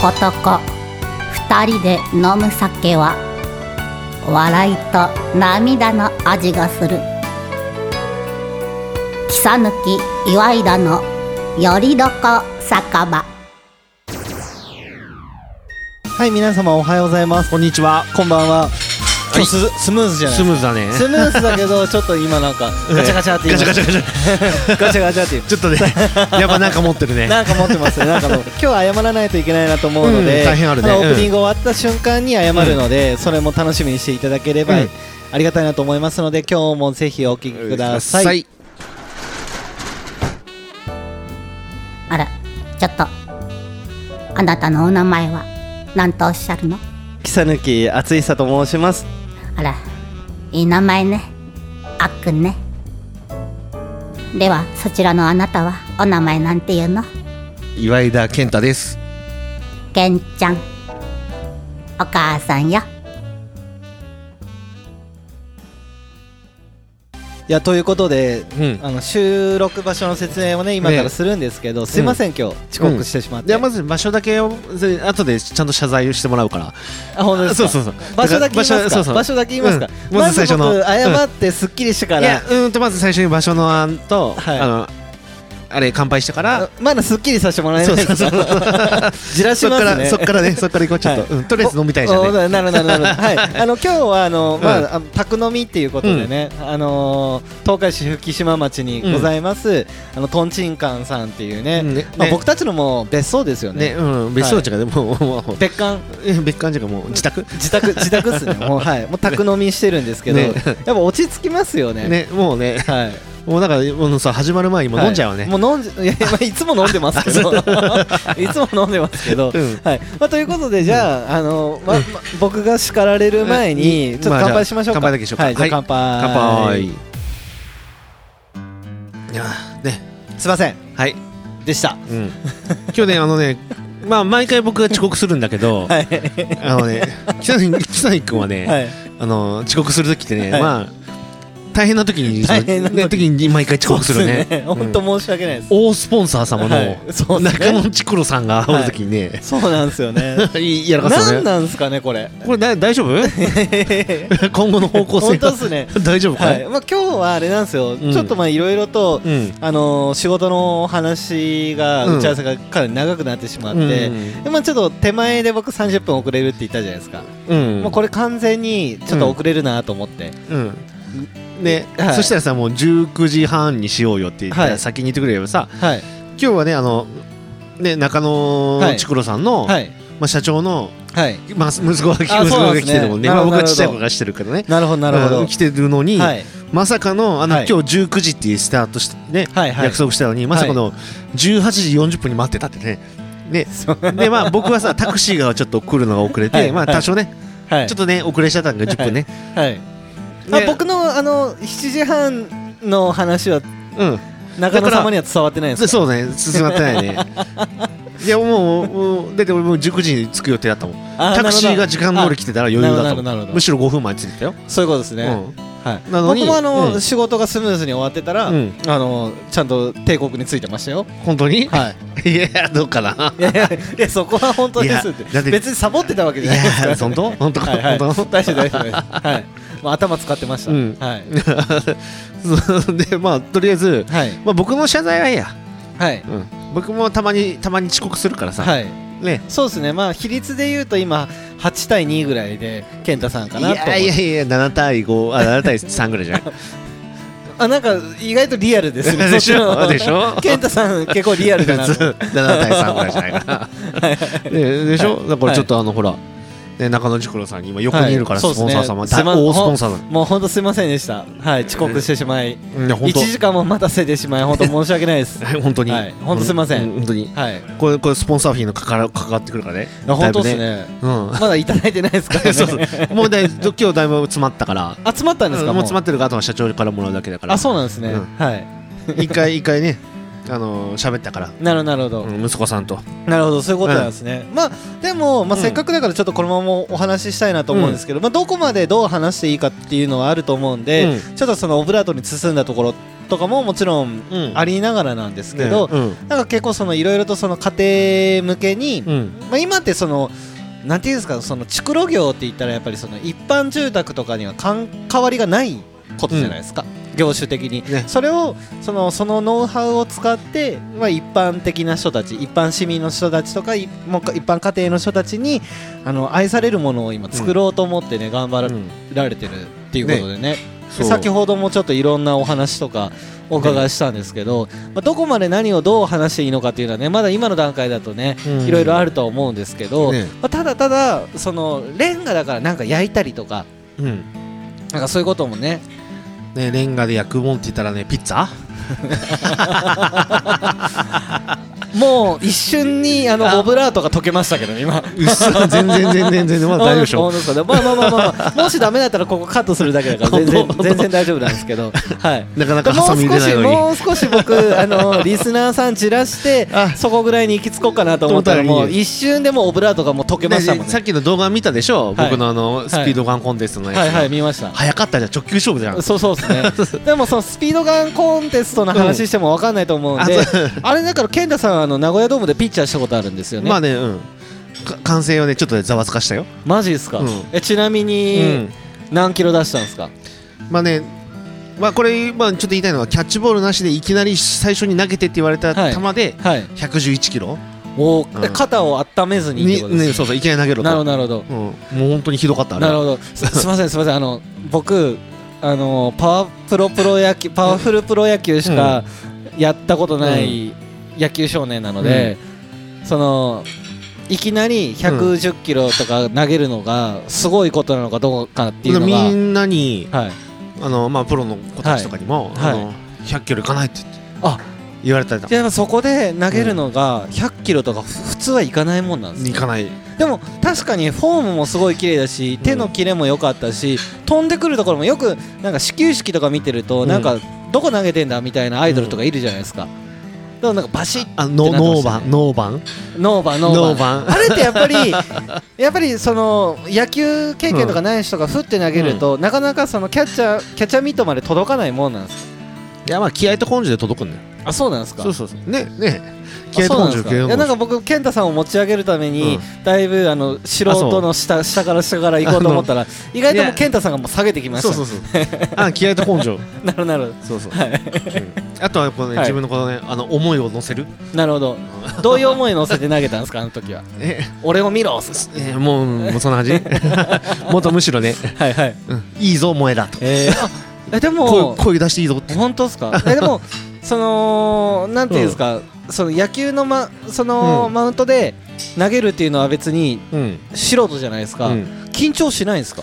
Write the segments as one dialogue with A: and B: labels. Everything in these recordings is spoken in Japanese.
A: 男二人で飲む酒は笑いと涙の味がする草抜き岩井田のよりどこ酒場
B: はい、皆様おはようございます。
C: こんにちは。
B: こんばんは。
C: い
B: 今日ススムーズじゃない
C: スムーズだね。
B: スムーズだけど、 ちょっと今なんか、ガチャガチャって言い
C: ガ
B: ま
C: チャ
B: し
C: ガチャガチ
B: た。
C: ャ。
B: ガチャガチャって言いまし
C: ちょっとね、やっぱなんか持ってるね
B: た。。なんか持ってますね。なんか もう今日謝らないといけないなと思うので、
C: うん大変あるね
B: のオープニング終わった瞬間に謝るので、それも楽しみにしていただければ
C: うん
B: ありがたいなと思いますので、今日もぜひお聞きください。。
A: あらちょっとあなたのお名前は何とおっしゃるの
B: 草抜き厚久と申します。
A: あらいい名前ねあっくんねではそちらのあなたはお名前なんていうの
C: 岩井田健太です。
A: けんちゃんお母さんよ
B: いやということで、
C: うん
B: あの収録場所の説明をね今からするんですけど、すいません、今日遅刻してしまって、
C: で、まず場所だけを、ぜ後でちゃんと謝罪をしてもらうから。
B: あ本当ですか
C: そうそうそう
B: 場所だけ言います
C: 場所
B: か
C: そう
B: 場
C: そ
B: 所
C: う
B: だけ言いますか、
C: うんまず最初の
B: まず僕謝ってすっきりしてか
C: いや
B: ら、、
C: うんと、まず最初に場所の案と、
B: はい
C: あの、あれ、乾杯してか
B: あ
C: ら、
B: まだすっきりさせてもらえないですか
C: そ うそうそう
B: じらし
C: そっ
B: ま
C: か
B: すね
C: ら、そっからね、そっから行こう。ちょっと、
B: は
C: うんとりあえず飲みたいじゃん
B: おお
C: ね。
B: なるほどなるほど はいあの今日はあの、まあ
C: うん
B: あの宅飲みっていうことでね、あのー東海市福島町にございます、あのトンチンカンさんっていうね,、
C: うんね
B: まあ
C: ね
B: 僕たちのもう別荘ですよ
C: ね、
B: ね
C: うん、別荘地がでも、もう
B: 別館
C: え別館じゃがもう自宅
B: 自宅自宅っすね もうはいもう宅飲みしてるんですけど、
C: ね
B: やっぱ落ち着きますよね
C: ね、もうね、
B: はい
C: もうなんか、もうさ、始まる前にもう飲んじゃう
B: はい
C: ね。
B: もう飲んじゃいや、 まあ、いつも飲んでますけどいつも飲んでますけど、
C: うん
B: はいまあ、ということでじゃああの、まま僕が叱られる前に
C: うん
B: ちょっ
C: まあ
B: と乾
C: じゃあ
B: 杯しましょうか、
C: 乾杯だけしようか
B: はいじゃあ
C: はい
B: 乾杯、
C: 乾杯。いやーね、
B: すいません
C: はい、
B: でした
C: うん、 今日ね、あのね、まあ毎回僕が遅刻するんだけど、
B: はい
C: あのね、北谷北谷君はね、
B: はい
C: あの遅刻する時ってね、
B: はい
C: まあ大変な時に、
B: 大変な時
C: ね時に毎回遅刻するね。
B: 本当、申し訳ないです、
C: 大スポンサー様
B: は
C: の
B: いそうですね
C: 中野チクロさんがおる時にね、
B: そうなんですよね
C: い、 やらかす
B: な
C: よ
B: ん
C: ね。
B: なんですかねこれ
C: これだ大 丈夫？今後の方向性
B: 本当
C: は
B: ですね
C: 大丈夫か？
B: はいい、まあ、今日はあれなんですよ、
C: ん
B: ちょっとまあいろいろと、
C: うん
B: あのー仕事のお話が、
C: うん
B: 打ち合わせがかなり長くなってしまって、
C: うん
B: でまあ、ちょっと手前で僕30分遅れるって言ったじゃないですか、
C: うん
B: まあ、これ完全にちょっと遅れるなと思って、
C: うん、ね、
B: はい
C: そしたらさもう19時半にしようよって言ったら先に言ってくれればさ、
B: はい
C: 今日はねあのね中
B: は
C: 野
B: い
C: ちくろさんの、
B: はい
C: まあ、社長の、
B: はい
C: まあ、息子が息子
B: あそうなん
C: が
B: で
C: 来
B: すね
C: てるもんね
B: な
C: ま
B: るほ
C: あ、
B: ど
C: 僕はちっちゃい
B: なるほど
C: 子がしてるからね
B: なるほどなるほど、
C: うん来てるのに、
B: はい
C: まさかのあの、
B: はい
C: 今日19時っていうスタートしてね、
B: はいはい
C: 約束したのにまさかの18時40分に待ってたってね。ねでまあ、僕はさタクシーがちょっと来るのが遅れて、
B: はい
C: まあ、多少ね、
B: はい
C: ちょっとね遅れしちゃったんが10分ね、
B: はい
C: ね
B: あ僕のあの7時半の話は
C: うん、
B: 中野様には伝わってないんですか
C: そうね進まってな いねいやもうもうだって俺もう19時に着く予定だったもん
B: あ
C: タクシーが時間通り来てたら余裕だ
B: な
C: っ
B: る
C: た
B: ほどなるほ
C: も
B: ど
C: んむしろ5分前に着いてたよ、
B: そういうことですね、はい、
C: なのに
B: 僕もあの、
C: うん
B: 仕事がスムーズに終わってたら、
C: うん
B: あのちゃんと帝国についてましたよ。
C: うん本当に、、
B: はい
C: やどうかない
B: やいやいやそこは本当ですっ
C: いやだってて
B: 別にサボってたわけ
C: い
B: じゃ ないですか
C: や
B: ら
C: 本当本当
B: はいはい
C: 本当
B: 大丈夫大丈夫大丈夫はいまあ頭使ってました、
C: うん
B: はい
C: そうでまあとりあえず、
B: はい
C: まあ、僕の謝罪はいいや、
B: はい
C: うん、僕もたまにたまに遅刻するからさ、
B: はい
C: ね
B: そうですねまあ比率で言うと今8対2ぐらいで健太さんか
C: い
B: なと思って
C: やいやいや7対5あ7対3ぐらいじ ゃない
B: あなんか意外とリアルですね
C: でしょ
B: そっちの
C: でしょ
B: 健太さん結構リアルだなと
C: 7対3ぐらいじゃない かなででしょ、だからちょっとあの、ほら、ね、中野塾郎さんに今横にいるから、
B: はい
C: スポンサー様、
B: そうですね
C: 大大スポンサーさん
B: もう本当すみませんでしたはい遅刻してしまい
C: うんいや本
B: 1
C: 当
B: 時間も待たせてしまい本当申し訳ないです
C: 本当に、
B: はい本当すいません
C: う本当に
B: はいい
C: これこれスポンサーフィーのかかるかかってくるからね
B: や本当
C: だ
B: で
C: い
B: す
C: ぶ
B: ね
C: うん
B: まだいただいてないですからね
C: そうそうもうだい今日だいぶ詰まったから
B: 集まったんですか
C: もう詰ま
B: っ
C: ってるからあとは社長からもらうだけだから
B: あそうなんですね、
C: うん
B: はい
C: 一回一回ねあの喋ったから、
B: なるほどなるほど、
C: うん息子さんと
B: なるほどそういうことなんですね、まあでも、まあ、
C: うん
B: せっかくだからちょっとこのままお話ししたいなと思うんですけど、まあ、どこまでどう話していいかっていうのはあると思うんで、
C: う
B: ちょっとそのオブラートに包んだところとかももちろん
C: うん
B: ありながらなんですけど、
C: ね
B: なんか結構そのいろいろとその家庭向けに、
C: うんうん
B: まあ、今ってそのなんていうんですかその築路業って言ったらやっぱりその一般住宅とかにはかん変わりがないことじゃないですか、業種的に、
C: ね
B: それをそのそのノウハウを使って、まあ、一般的な人たち一般市民の人たちとかいもうか一般家庭の人たちにあの愛されるものを今作ろうと思ってね、頑張ら
C: うん
B: られてるっていうことでね
C: そ
B: で
C: う
B: 先ほどもちょっといろんなお話とかお伺いしたんですけど、まあ、どこまで何をどう話していいのかっていうのはねまだ今の段階だとね
C: うん
B: いろいろあるとは思うんですけど、
C: ね
B: まあ、ただただそのレンガだからなんか焼いたりとか
C: うん
B: なんかそういうこともね
C: ねレンガで焼くもんって言ったらねピッツァ
B: もう一瞬にあのオブラートが溶けましたけど今。
C: うっすら 全然全然全然まだ大丈夫で し
B: あ
C: ょ
B: 本当ですかねまあまあまあまあ、まあ、もしダメだったらここカットするだけだから全 然全然大丈夫なんですけど、はい、
C: なかなかハ
B: も
C: サ
B: う
C: ミ入れ
B: 少
C: な
B: し
C: いのに
B: もう少し 僕あのリスナーさん散らして
C: あ
B: そこぐらいに行き着こうかなと思ったら
C: と思っ
B: も
C: た
B: う
C: らいい
B: 一瞬でもうオブラートがもう溶けましたもん
C: ねさっ
B: ね
C: きの動画見たでしょ、
B: はい
C: 僕のあのスピードガンコンテストのやつ、
B: はいはい見ました
C: 早かったじゃん直球勝負じゃん
B: そうそう ですねでもそのスピードガンコンテストの話しても分かんないと思うんで、
C: うんあそう
B: あれだから健太さんあの名古屋ドームでピッチャーしたことあるんですよね、
C: まあねうんか完成はねちょっとねざわつかしたよ、
B: マジですか、
C: うん
B: えちなみに何キロ出したんですか、
C: まあねまあこれ、まあ、ちょっと言いたいのはキャッチボールなしでいきなり最初に投げてって言われた
B: はい
C: 球で
B: はい
C: 111キロ
B: おー
C: うん
B: で肩を温めずにって
C: に、
B: ことです
C: ね、そうそういきなり投げろと
B: なるほどなるほど
C: うん、もう本当にひどかったあれ
B: なるほどすすいませんすいませんあの僕あのパワープロプロ野球パワフルプロ野球しかやったことない野球少年なので、そのいきなり110キロとか投げるのがすごいことなのかどうかっていうの
C: み
B: が、
C: んなに
B: はい、
C: あの、まあ、プロの子たちとかにも、
B: はい
C: あの100キロいかないって言って
B: あ
C: 言われたりとか
B: じゃあそこで投げるのが100キロとかふ普通はいかないもんなんですね
C: いかない
B: でも確かにフォームもすごい綺麗だし手のキレも良かったし、飛んでくるところもよくなんか始球式とか見てると、
C: うん
B: なんかどこ投げてんだみたいなアイドルとかいるじゃないですか、でもなんかバシッ
C: あの
B: ってなってま
C: ノー
B: し
C: バ
B: たね
C: ンノーバン
B: ノーバーノーバー
C: ノーバン
B: あれってやっぱり やっぱりその野球経験とかない人がふって投げると、なかなかそのキャッチャーキャッチャーミットまで届かないもんなんです
C: いやまあ気合と根性で届くんだよ
B: あそうなんですか
C: そうそうそうねね気
B: あ
C: 合
B: そうなんで
C: と根
B: す
C: 性気
B: かい
C: 合
B: や
C: と
B: なん
C: 根
B: か
C: 性
B: 僕健太さんを持ち上げるために、
C: う
B: だいぶあの素人の下下から下から行こうと思 ったら意外ともう健太さんがもう下げてきました
C: そう
B: ね
C: そうそうあ気合と根性
B: なるなる
C: そうそう、
B: はい
C: うんあとはこの、ね
B: はい
C: 自分のこのねあの思いを乗せる
B: なるほどどういう思い乗せて投げたんですかあの時は
C: え
B: 俺を見ろっす
C: えー もうもうそんな感じ もっとむしろね、
B: はいはい
C: うん、いいぞ萌えだと
B: えーあえでも
C: 声声出していいぞって
B: 本当ですかえで もそのなんていうんですか、その野球の,、ま、その
C: うん
B: マウントで投げるっていうのは別に
C: うん、
B: 素人じゃないですか、
C: うん、
B: 緊張しないんですか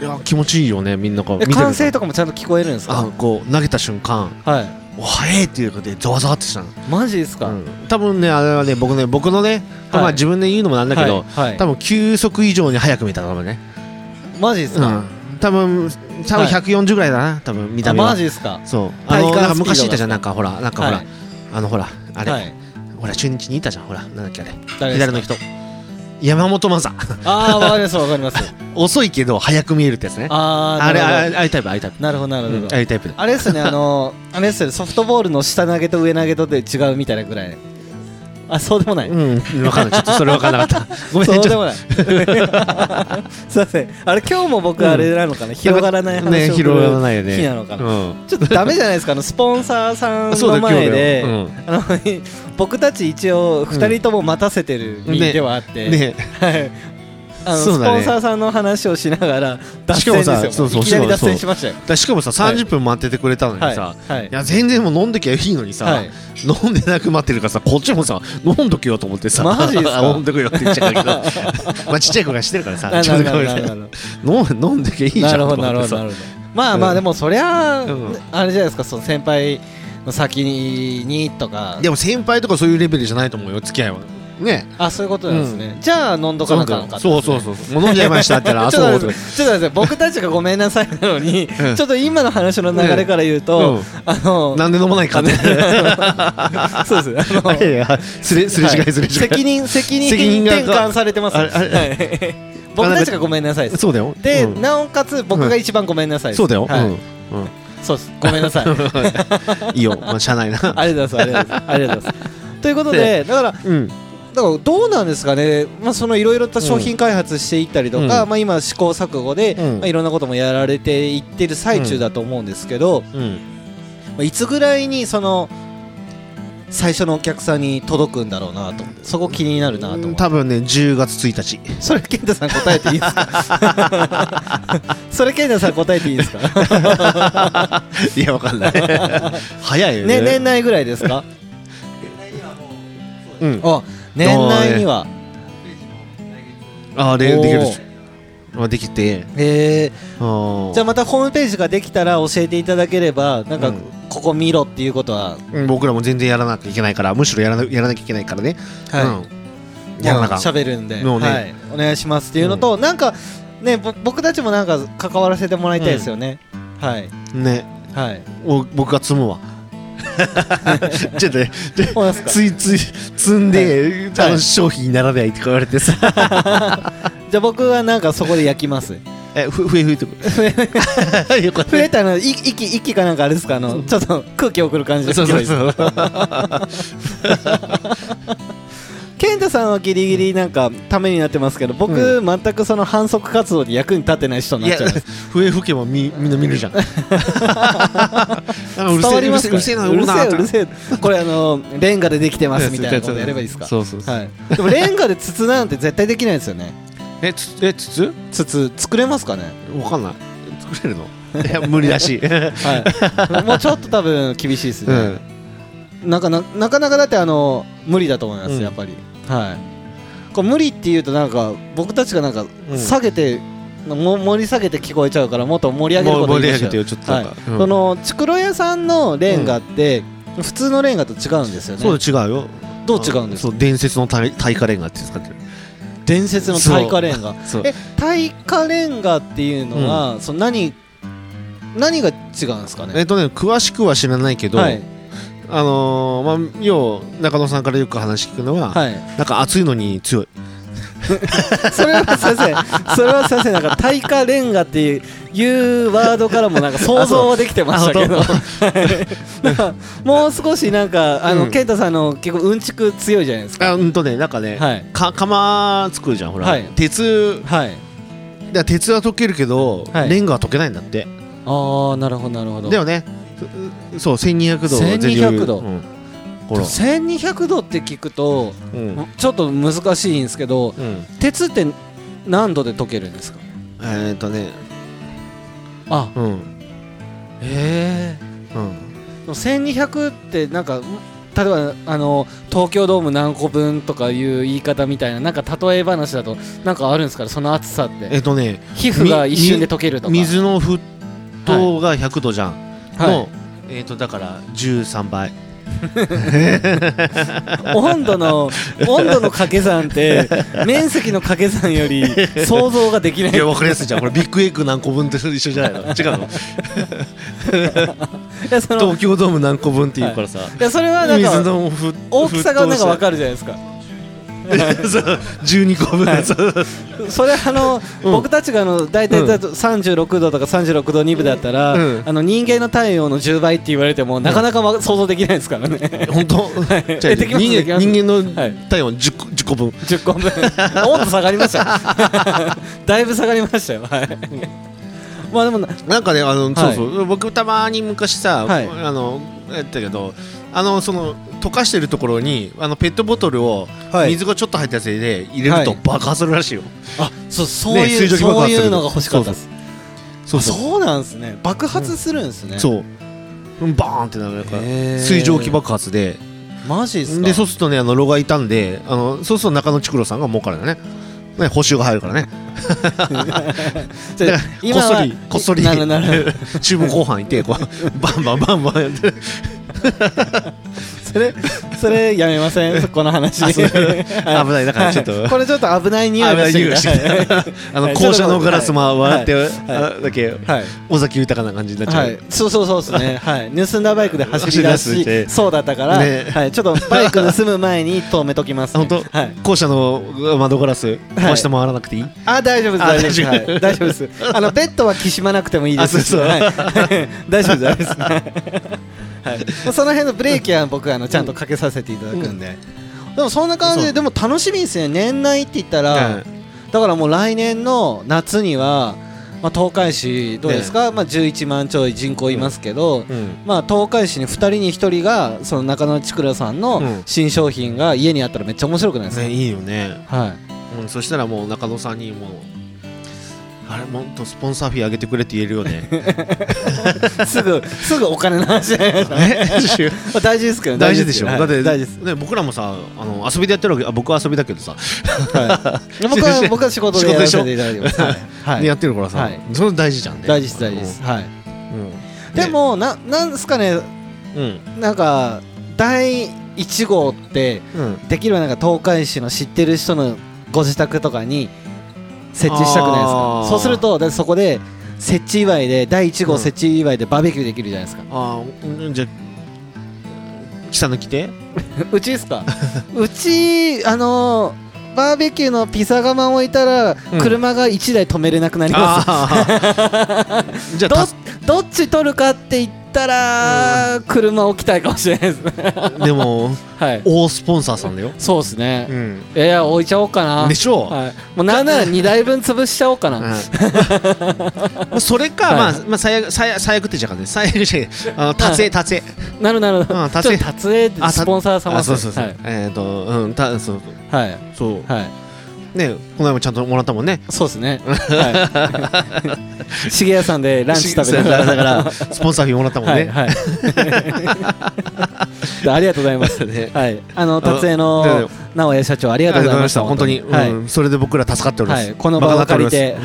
C: いや気持ちいいよねみんなが
B: え
C: 見てる
B: 歓声とかもちゃんと聞こえるんです
C: あ
B: か
C: こう投げた瞬間
B: はい
C: お早いっていうのでざわざわってしたの、
B: マジですか、
C: うん、多分ねあれはね僕ね僕のね、
B: はい
C: まあ自分で言うのもなんだけど、
B: はいはい
C: 多分球速以上に速く見えた多分ね、
B: マジです
C: う
B: か、
C: ん、多分多分
B: はい
C: 140ぐらいだな多分見た
B: あ
C: 目は
B: マジですか
C: そうあ
B: 体感
C: のな
B: スピー
C: んか
B: ドが
C: 昔いたじゃんなんかほらなんかほら、
B: はい
C: あのほらあれ、
B: はい
C: ほら中日にいたじゃんほらなんだっけあれ
B: 誰ですか
C: 左の人山本昌
B: ああわかりますわかります
C: 遅いけど速く見えるってやつねあ
B: あー
C: れ
B: なるほど
C: あああいうタイプああいうタイプ
B: なるほどなるほど、
C: うんああいうタイプ
B: あれですね、あのあれですね、ソフトボールの下投げと上投げとで違うみたいなぐらい。あ、そうでもない。
C: うん分かんないちょっとそれ分かんな かったごめん
B: そう
C: ちょっ
B: で
C: と
B: もない。す いません、あれ今日も僕あれなのかな、広がらない話を
C: ね
B: する
C: 広がらないよね
B: 日なのかな。
C: うん
B: ちょっとダメじゃないですか、 あのスポンサーさん
C: そうだ
B: の
C: 今日
B: 前
C: だ
B: で
C: よ、うん
B: あの僕たち一応二人とも待たせてる身
C: ね
B: ではあって、
C: ね
B: はい。あの
C: そ
B: ス
C: うだね
B: ポンサーさんの話をしながら脱
C: しかも
B: 線
C: さ
B: です
C: そ
B: よ。
C: うそう
B: いきなり脱
C: そうそう
B: 線しましたよ。
C: だしかもさ
B: はい
C: 30分待っててくれたのに
B: はい。
C: さ
B: はい
C: い。や全然もう飲んできゃいいのにさ、
B: はい
C: 飲んでなく待ってるからさこっちもさ飲んどけよと思ってさ
B: マジですか
C: 飲んどけよって言っちゃうけど まあちっちゃい子がしてるからさ
B: あ
C: ちょっと
B: な
C: ごめ
B: る
C: ん
B: ほ
C: な
B: どなるほどなるほ
C: さい
B: ど
C: 飲ん飲んできゃいいじゃんと思ってさ
B: なるほどなるほどなるほどまあま
C: う
B: あ
C: ん
B: でもそりゃあ、
C: うん
B: あれじゃないですかその先輩の先にとか
C: でも先輩とかそういうレベルじゃないと思うよ付き合いはね
B: あそういうことなんですね、じゃあ飲んどかなあかんのか
C: そうそう
B: う
C: そうそうもう飲んじゃいましたって言ったら あ
B: ちょっと
C: そう
B: 待って
C: とか
B: ちょっと待って僕たちがごめんなさいなのに、
C: ん
B: ちょっと今の話の流れから言うと、
C: うん
B: あの
C: なんで飲まないかって
B: そうですねあの
C: いやいやすれすれ違
B: はい
C: いすれ違い
B: 責任責任
C: 責任が
B: 転換されてます、
C: あれあれ
B: はい僕たちがごめんなさいです
C: そうだよ
B: で、
C: うん
B: なおかつ僕が一番ごめんなさいです、
C: そうだよ
B: はい
C: うんうん
B: そうですごめんなさ い
C: いいよ、まあ、社内な。
B: ありがとうございますありがとうございますありがとうございますということでだから
C: うん、
B: だからどうなんですかね、まあ、そのいろいろと商品開発していったりとか、
C: うん
B: まあ、今、試行錯誤で、
C: うん
B: まあ、いろんなこともやられていってる最中だと思うんですけど、
C: うん、
B: まあ、いつぐらいにその最初のお客さんに届くんだろうなとそこ気になるなと思って
C: 多分ね、10月1日。
B: それ健太さん答えていいです かそれ健太さん答えていいですか
C: いや、わかんない。 早いよ ね。
B: ね年内ぐらいですか
C: うん、
B: あ年内には
C: ああ、で、できる
B: おー
C: あ、できて。
B: えー
C: あ
B: じゃあ
C: あ、
B: またホームページができたら教えていただければなんか
C: うん
B: ここ見ろっていうことは、
C: うん僕らも全然やらなきゃいけないから、むしろやらなやらなきゃいけないからね。
B: は
C: う
B: い
C: ん、やらなきゃ。
B: 喋るんで、
C: もうね
B: はい、お願いしますっていうのと、なんかねぼ僕たちもなんか関わらせてもらいたいですよね、はい
C: ね、
B: はい
C: お僕が積 むわ。ちょっとね、
B: 思いますか
C: ついつい積んで、あの商品にならないって言われてさ、
B: じゃあ僕はなんかそこで焼きます
C: え、ふふえふえとか。よかっ
B: 増
C: た
B: えたのい息息かなんかあれですかあのちょっと空気送る感じ
C: そうそうそうう。
B: 健太さんはギリギリなんかためになってますけど僕、
C: う
B: 全くその反則活動で役に立ってない人に
C: い
B: な
C: や
B: っちゃいます、
C: 笛吹けばみみんな見るじゃん。あう
B: 伝
C: るせ
B: わ
C: え、
B: り
C: うる
B: ますか
C: せえ、
B: うるせえう
C: うるせえな、うる
B: る
C: せ
B: せえこれあのレンガでできて
C: え
B: ますみたいなことやればいいですか
C: そうそうそう。
B: はい、でもレンガで筒なんて絶対できないですよね
C: え、つ、え、筒
B: 筒作れますかね
C: わかんない。作れるのいや、無理だし。
B: はいもうちょっと多分厳しいです
C: う
B: ね
C: ん、。
B: なんかななかなかだってあの無理だと思います、
C: うん
B: やっぱりはいこう無理っていうとなんか僕たちがなんか
C: うん
B: 下げて、も盛り下げて聞こえちゃうからもっと盛り上げる
C: も
B: こ
C: う
B: と
C: 盛
B: に
C: り
B: まし
C: 上
B: ょ
C: げ
B: う
C: てよ、ちょっとなんか。うん
B: その竹炉屋さんのレンガって、普通のレンガと違うんですよね
C: そう違うよ。
B: どう違うんです
C: そう、伝説の耐耐火レンガって使ってる。
B: 伝説の耐火レンガ
C: そう。
B: え耐火レンガっていうのは、その何何が違うんですか
C: え
B: ね
C: っとね、詳しくは知らないけど、
B: はい
C: あのー、まあ、要、中野さんからよく話聞くのは、
B: はい
C: なんか暑いのに強い。
B: それは先生それは先生なんか耐火レンガっていういうワードからもなんか想像はできてましたけどなんかもう少しなんかあの、
C: うん
B: 健太さんの結構うんちく強いじゃないですか
C: あ、うんとね、なんかね、
B: はい
C: か釜作るじゃんほら、
B: はい
C: 鉄
B: はい
C: だから鉄は溶けるけど、
B: はい
C: レンガは溶けないんだって
B: ああなるほどなるほど
C: でもねそそう1200度
B: 1200度
C: うん、ほら、
B: 1200度って聞くと
C: うん
B: ちょっと難しいんですけど
C: うん、
B: 鉄って何度で溶けるんですか
C: えー、っとね
B: あ
C: うん
B: へえ
C: うん
B: 1200ってなんか例えばあの東京ドーム何個分とかいう言い方みたいななんか例え話だとなんかあるんですからその暑さって
C: えっとね
B: 皮膚が一瞬で溶けるとか
C: 水の沸騰が100度じゃん、
B: は
C: のえー、っとだから13倍
B: い、温度 の温度の掛け算って面積の掛け算より想像ができない
C: いや分かりやすいじゃんこれビッグエッグ何個分と一緒じゃないの違う の
B: いやそのい
C: 東京ドーム何個分っていうからさ、
B: やそれはなん
C: 水
B: か
C: のふ
B: 大きさがなんか分
C: る
B: かるじゃないですか
C: そう12個分、そう
B: それあの、
C: うん
B: 僕たちがあの大体だと36度とか36度2分だったら、
C: うん
B: あの人間の体温の10倍って言われてもなかなかわ想像できないですからね
C: 本当
B: い
C: じゃあ
B: えできます
C: 人
B: でき
C: 間
B: ます
C: 人間
B: は
C: の
B: い
C: 体温10個 ,10 個分
B: 10個分温度下がりましたよ だいぶ下がりましたよはいまあでもな
C: なんかねあの、
B: はい
C: そうそう僕たまに昔さ、
B: はい
C: あのやったけどあのその溶かしてるところにあのペットボトルを、
B: はい
C: 水がちょっと入ったやつで入れると
B: はい
C: 爆発するらしいよ、
B: あそうそう
C: ね
B: い
C: 水
B: う、
C: 蒸気
B: そ
C: 爆
B: う
C: 発する
B: いうのが欲しかったです
C: そう
B: あ
C: そう
B: そうなんですね爆発するんですね、
C: そううんバーンってなるなんか
B: へー
C: 水蒸気爆発で
B: マジですか
C: でそうするとねあの炉が傷んであのそうすると中野竹郎さんが儲かるよねね補修が入るからね
B: じゃあ今
C: こっそ
B: は
C: りこっそり
B: なるなる
C: 中部後半いてこうバンバンバンバンやって
B: それそれやめません そこの話
C: あそう
B: はい
C: 危ないだからちょっと
B: はいこれちょっと危ない
C: 危
B: 匂い
C: な
B: が
C: い
B: して
C: 匂い
B: き
C: が
B: た
C: してきたあ
B: は
C: の
B: い
C: 校舎のガラスも笑って
B: はい
C: あだけ
B: はい
C: 尾崎豊な感じになっちゃ
B: は
C: う
B: い、そうそうそうですね、はい、盗んだバイクで走り出
C: 走り出して
B: し、そうだったから、
C: ね
B: はい、ちょっとバイク盗む前に止めときます、
C: あ
B: ね。
C: 本当
B: はい。
C: 校舎の窓ガラス回して回らなくていい
B: あ、大丈夫です、
C: あ
B: 大丈夫です、
C: 大丈夫
B: はい、大丈夫です。あのベッドはきしまなくてもいいです。
C: あそうそう
B: はい、 大丈夫です、大丈夫です。はい、その辺のブレーキは僕あのちゃんとかけさせていただくんで。でもそんな感じ
C: そう
B: で、でも楽しみですね、年内って言ったら、
C: うん
B: だからもう来年の夏には。まあ、東海市どうですか、まあ、11万ちょい人口いますけど、
C: うん
B: まあ、東海市に2人に1人がその中野千倉さん
C: うん
B: の新商品が家にあったらめっちゃ面白くないですか、
C: ねいいよね
B: はい、
C: うんそしたらもう中野さんにもうあれもっとスポンサーフィー上げてくれって言えるよね
B: すぐすぐお金の話になりましたね まあ大事ですけどね
C: 大事でしょ
B: はい
C: だって
B: 大事です、
C: ね僕らもさあの遊びでやってるわけあ僕は遊びだけどさ
B: はい、僕 は僕は仕事でやらせていただいてます、はい
C: でやってるからさ
B: はい
C: それ大事じゃんね
B: 大事です大事です、はい、
C: うん
B: でもななんですかね
C: うん
B: なんか第1号って
C: うん
B: できればなんか東海市の知ってる人のご自宅とかに設置したくないです
C: あ
B: か
C: ー
B: そうするとだってそこで設置祝いで第1
C: う
B: 号
C: ん
B: 設置祝いでバーベキューできるじゃないですか、
C: ああじゃあ北抜きて
B: うちですか うちあのーバーベキューのピザ窯置いたら
C: うん
B: 車が1台止めれなくなります、
C: ああ じゃあ
B: どっち取るかって言ったら、車置きたいかもしれないですね
C: たでも
B: はい
C: 大スポンサーさんだよ
B: そうですね
C: う、ん
B: いやいや置いちゃおうかな
C: でしょう
B: はい、もうなんなら2台分潰しちゃおうかな、
C: うんそれか、
B: はい
C: まあ、まあ、最悪、最悪、最悪ってじゃかね、最悪じゃね、あの、達成、達成。
B: なるなる、
C: ん達
B: ちょ
C: 成
B: っと達成って
C: あた
B: スポンサー様
C: あ、そうそうそう、
B: はい
C: えっ、ー、と、うん、た、そう、
B: はい
C: そう、
B: はい
C: ね、この間もちゃんともらったもんね。
B: そうですねはい 茂谷さんでランチ食べ
C: だ
B: な
C: か
B: が
C: ら、だ
B: ら
C: からスポンサー費もらったも ん
B: はい
C: ね。
B: はいでありがとうございます
C: ね
B: はいあの達成
C: あで
B: の直江社長あり
C: あ
B: が
C: りが
B: とう
C: とう
B: ご
C: ご
B: ざ
C: ざい
B: い
C: ま
B: ま
C: し
B: したは
C: た。本当に、
B: い
C: うん、それで僕ら助かっておりま
B: は
C: す。
B: いこの場を借りて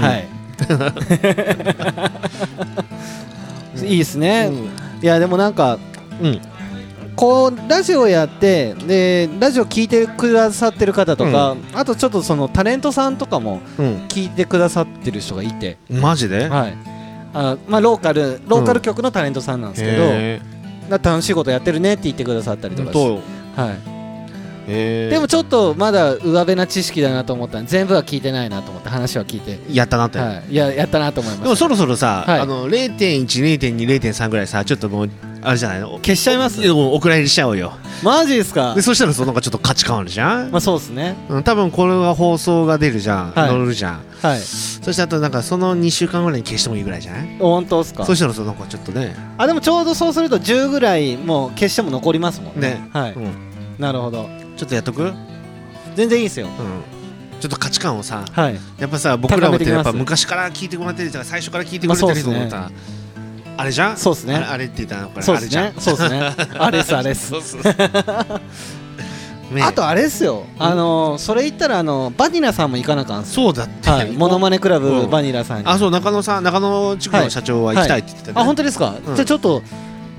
C: 馬鹿
B: は
C: が
B: い いい です
C: ってお
B: ね
C: ります
B: いやでもなんか
C: うん、うん、
B: こうラジオやってでラジオ聞いてくださってる方とか、あとちょっとそのタレントさんとかも
C: うん、
B: 聞いてくださってる人がいて、
C: うんマジで。
B: はいあまあ、ローカルローカル局のタレントさんなんですけど、
C: へ
B: な楽しいことやってるねって言ってくださったり
C: ー
B: と
C: 本
B: かして、
C: 当。
B: はい、
C: えー、
B: でも、ちょっとまだ上辺な知識だなと思ったんで全部は聞いてないなと思って話は聞いて、
C: やったなって。
B: はい、いややったなと思い
C: で
B: ま
C: も
B: す
C: そろそろさ、
B: はい
C: あの0.1、0.2、0.3ぐらいさ、ちょっともう、あれじゃないの
B: 消しちゃいます
C: いやもうお蔵入りしちゃおうよ
B: マジですか
C: で、そしたらそのなんかちょっと価値観あるじゃん、
B: まあ、そうですね
C: うん、多分これが放送が出るじゃん、
B: はい
C: 乗るじゃん
B: はい
C: そしてあとなんかその2週間ぐらいに消してもいいぐらいじゃない
B: 本当ですか
C: そしたらそのなんかちょっとね
B: あでもちょうどそうすると10ぐらいもう消しても残りますもんね
C: ね
B: はい、
C: うん
B: なるほど
C: ちょっとやっとく、うん、
B: 全然いいですよ
C: ちょっと価値観をさ
B: はい
C: やっぱさ僕らも
B: 高
C: っ
B: めて
C: て
B: きます
C: やっぱ昔から聞いてもらってるとか最初から聞いてくれてると思ったら、あれじゃん
B: そうっすね
C: あれあれって言ったのこれ
B: そうです
C: あれ
B: ね
C: じ
B: そうですね あれっすあれっ
C: ゃん
B: す
C: そうそうそうね
B: あとあれっすよあのーそれ言ったらあのバニラさんも行かなあかんっす
C: そうだって、
B: はいモノマネクラ
C: う
B: ブ
C: ん
B: バニラさんに
C: あそう中野さん中野地区の社長は行きたいって言ってたね、
B: あ本当ですか、
C: うん
B: じゃあちょっと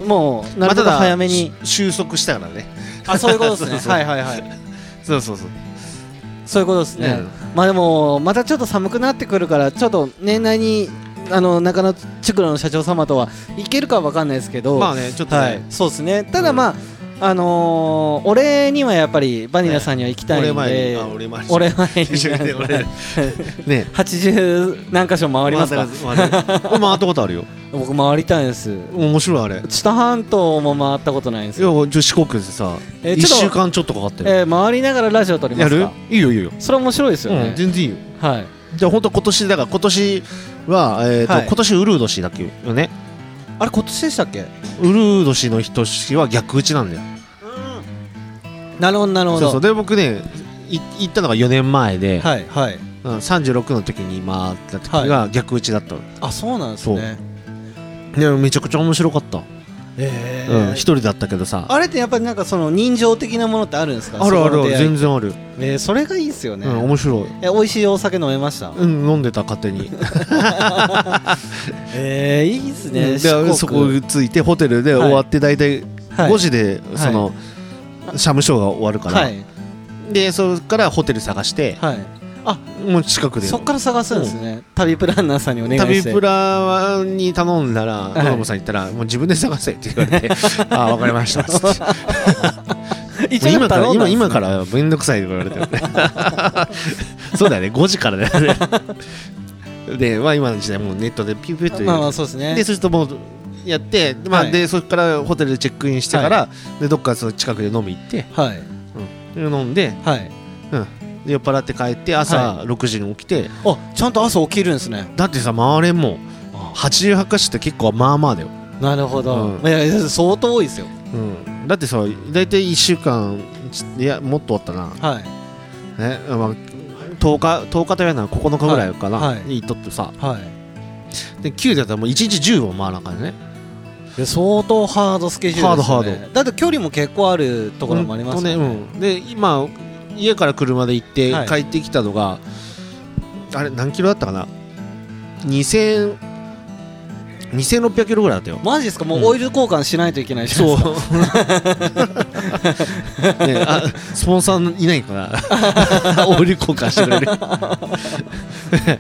B: もうな
C: まあ
B: る
C: た
B: べく
C: だ
B: 早めに、
C: し収束したからね
B: あ、 そういうことですね
C: そうそう
B: はいはいはい
C: そうそうそう
B: そういうことですね、
C: うん
B: まあでもまたちょっと寒くなってくるからちょっと年内にあの中野地区の社長様とは行けるかわかんないですけど、
C: まあねちょっとね、
B: はい、そうですねただまあ、あのー、俺にはやっぱりバニラさんには行きたいん
C: 俺
B: で、
C: 前にあ俺前に
B: 俺 前に
C: 一緒にね俺 ね
B: 80何箇所回りますか
C: 回った回った俺回ったことあるよ
B: 僕回りたいんです
C: 面白いあれいや
B: 知多半島も回ったことないんです
C: ち
B: よ、
C: ょっと四国でさ
B: え
C: 一
B: ちょっと
C: 週間ちょっとかかってる
B: えー回りながらラジオ撮りま
C: や
B: す
C: る
B: か
C: いいよいいよ
B: それ面白いですよ
C: うん
B: ね、
C: 全然いいよ
B: はい
C: じゃあ本当今年だから今年はえーと
B: はい
C: 今年ウルー年だっけよね
B: あれ今年でしたっけ
C: ウルー年の人年は逆打ちなんだよ
B: なるほどなるほ
C: そ
B: ど
C: うそうで僕ねい行ったのが4年前で
B: はいはい
C: うん36の時に回った時が逆打ちだったの
B: あそうなんですね
C: でもめちゃくちゃ面白かった
B: ええ
C: うん一人だったけどさ
B: あれってやっぱりなんかその人情的なものってあるんですか
C: あるあ
B: そ
C: る
B: この出会い
C: 全然ある
B: えーそれがいいですよね、
C: うん面白い
B: え美味しいお酒飲めました
C: うん飲んでた勝手に
B: えー、いいです
C: う
B: ね
C: ん
B: 四
C: で
B: 国
C: そこ着いてホテルで終わって大体
B: はい
C: 5時でその、社務所が終わるから、
B: はい
C: でそれからホテル探して、
B: はい
C: もう近くで
B: そっから探すんですね旅プランナーさんにお願い
C: 旅
B: して
C: プラに頼んだら
B: い
C: 子供さんに言ったら、もう自分で探せって言わ れてああ分かりましたつって
B: 一応
C: 今から
B: 頼んだんです
C: 今
B: ね
C: 今からめんどくさいとか言われてるねそうだよね5時からだよねで、まあ、今の時代もうネットでピュピュって、
B: まあまあそうですね
C: でそうするともうやって、まあ
B: はい
C: でそこからホテルでチェックインしてから、でどっかその近くで飲み行って
B: はい
C: で飲んで
B: はい
C: で酔っ払って帰って朝6時に起きて、
B: あちゃんと朝起きるんですね
C: だってさ回れんもん88か所って結構まあまあだよ、
B: なるほど、
C: うん
B: いやいや相当多いですよ
C: うん、だってさ大体1週間ちいやもっとあったな
B: はい
C: ね、まあ、10日10日というのは9日ぐらいかな、
B: はいはい
C: に行っとってさ
B: はい
C: で9だったらもう1日10を回らんからね
B: いや相当ハードスケジュールですよね
C: ハードハ
B: だって距離も結構あるところもあります
C: ね
B: よ
C: ね、うん、で今家から車で行って
B: はい
C: 帰ってきたのが、あれ何キロだったかな2000 2600キロぐらいだ ったよ
B: マジですかもう
C: うん
B: オイル交換しないといけないじゃない
C: そう
B: ですか、
C: ねあスポンサーいないか なオイル交換してくれ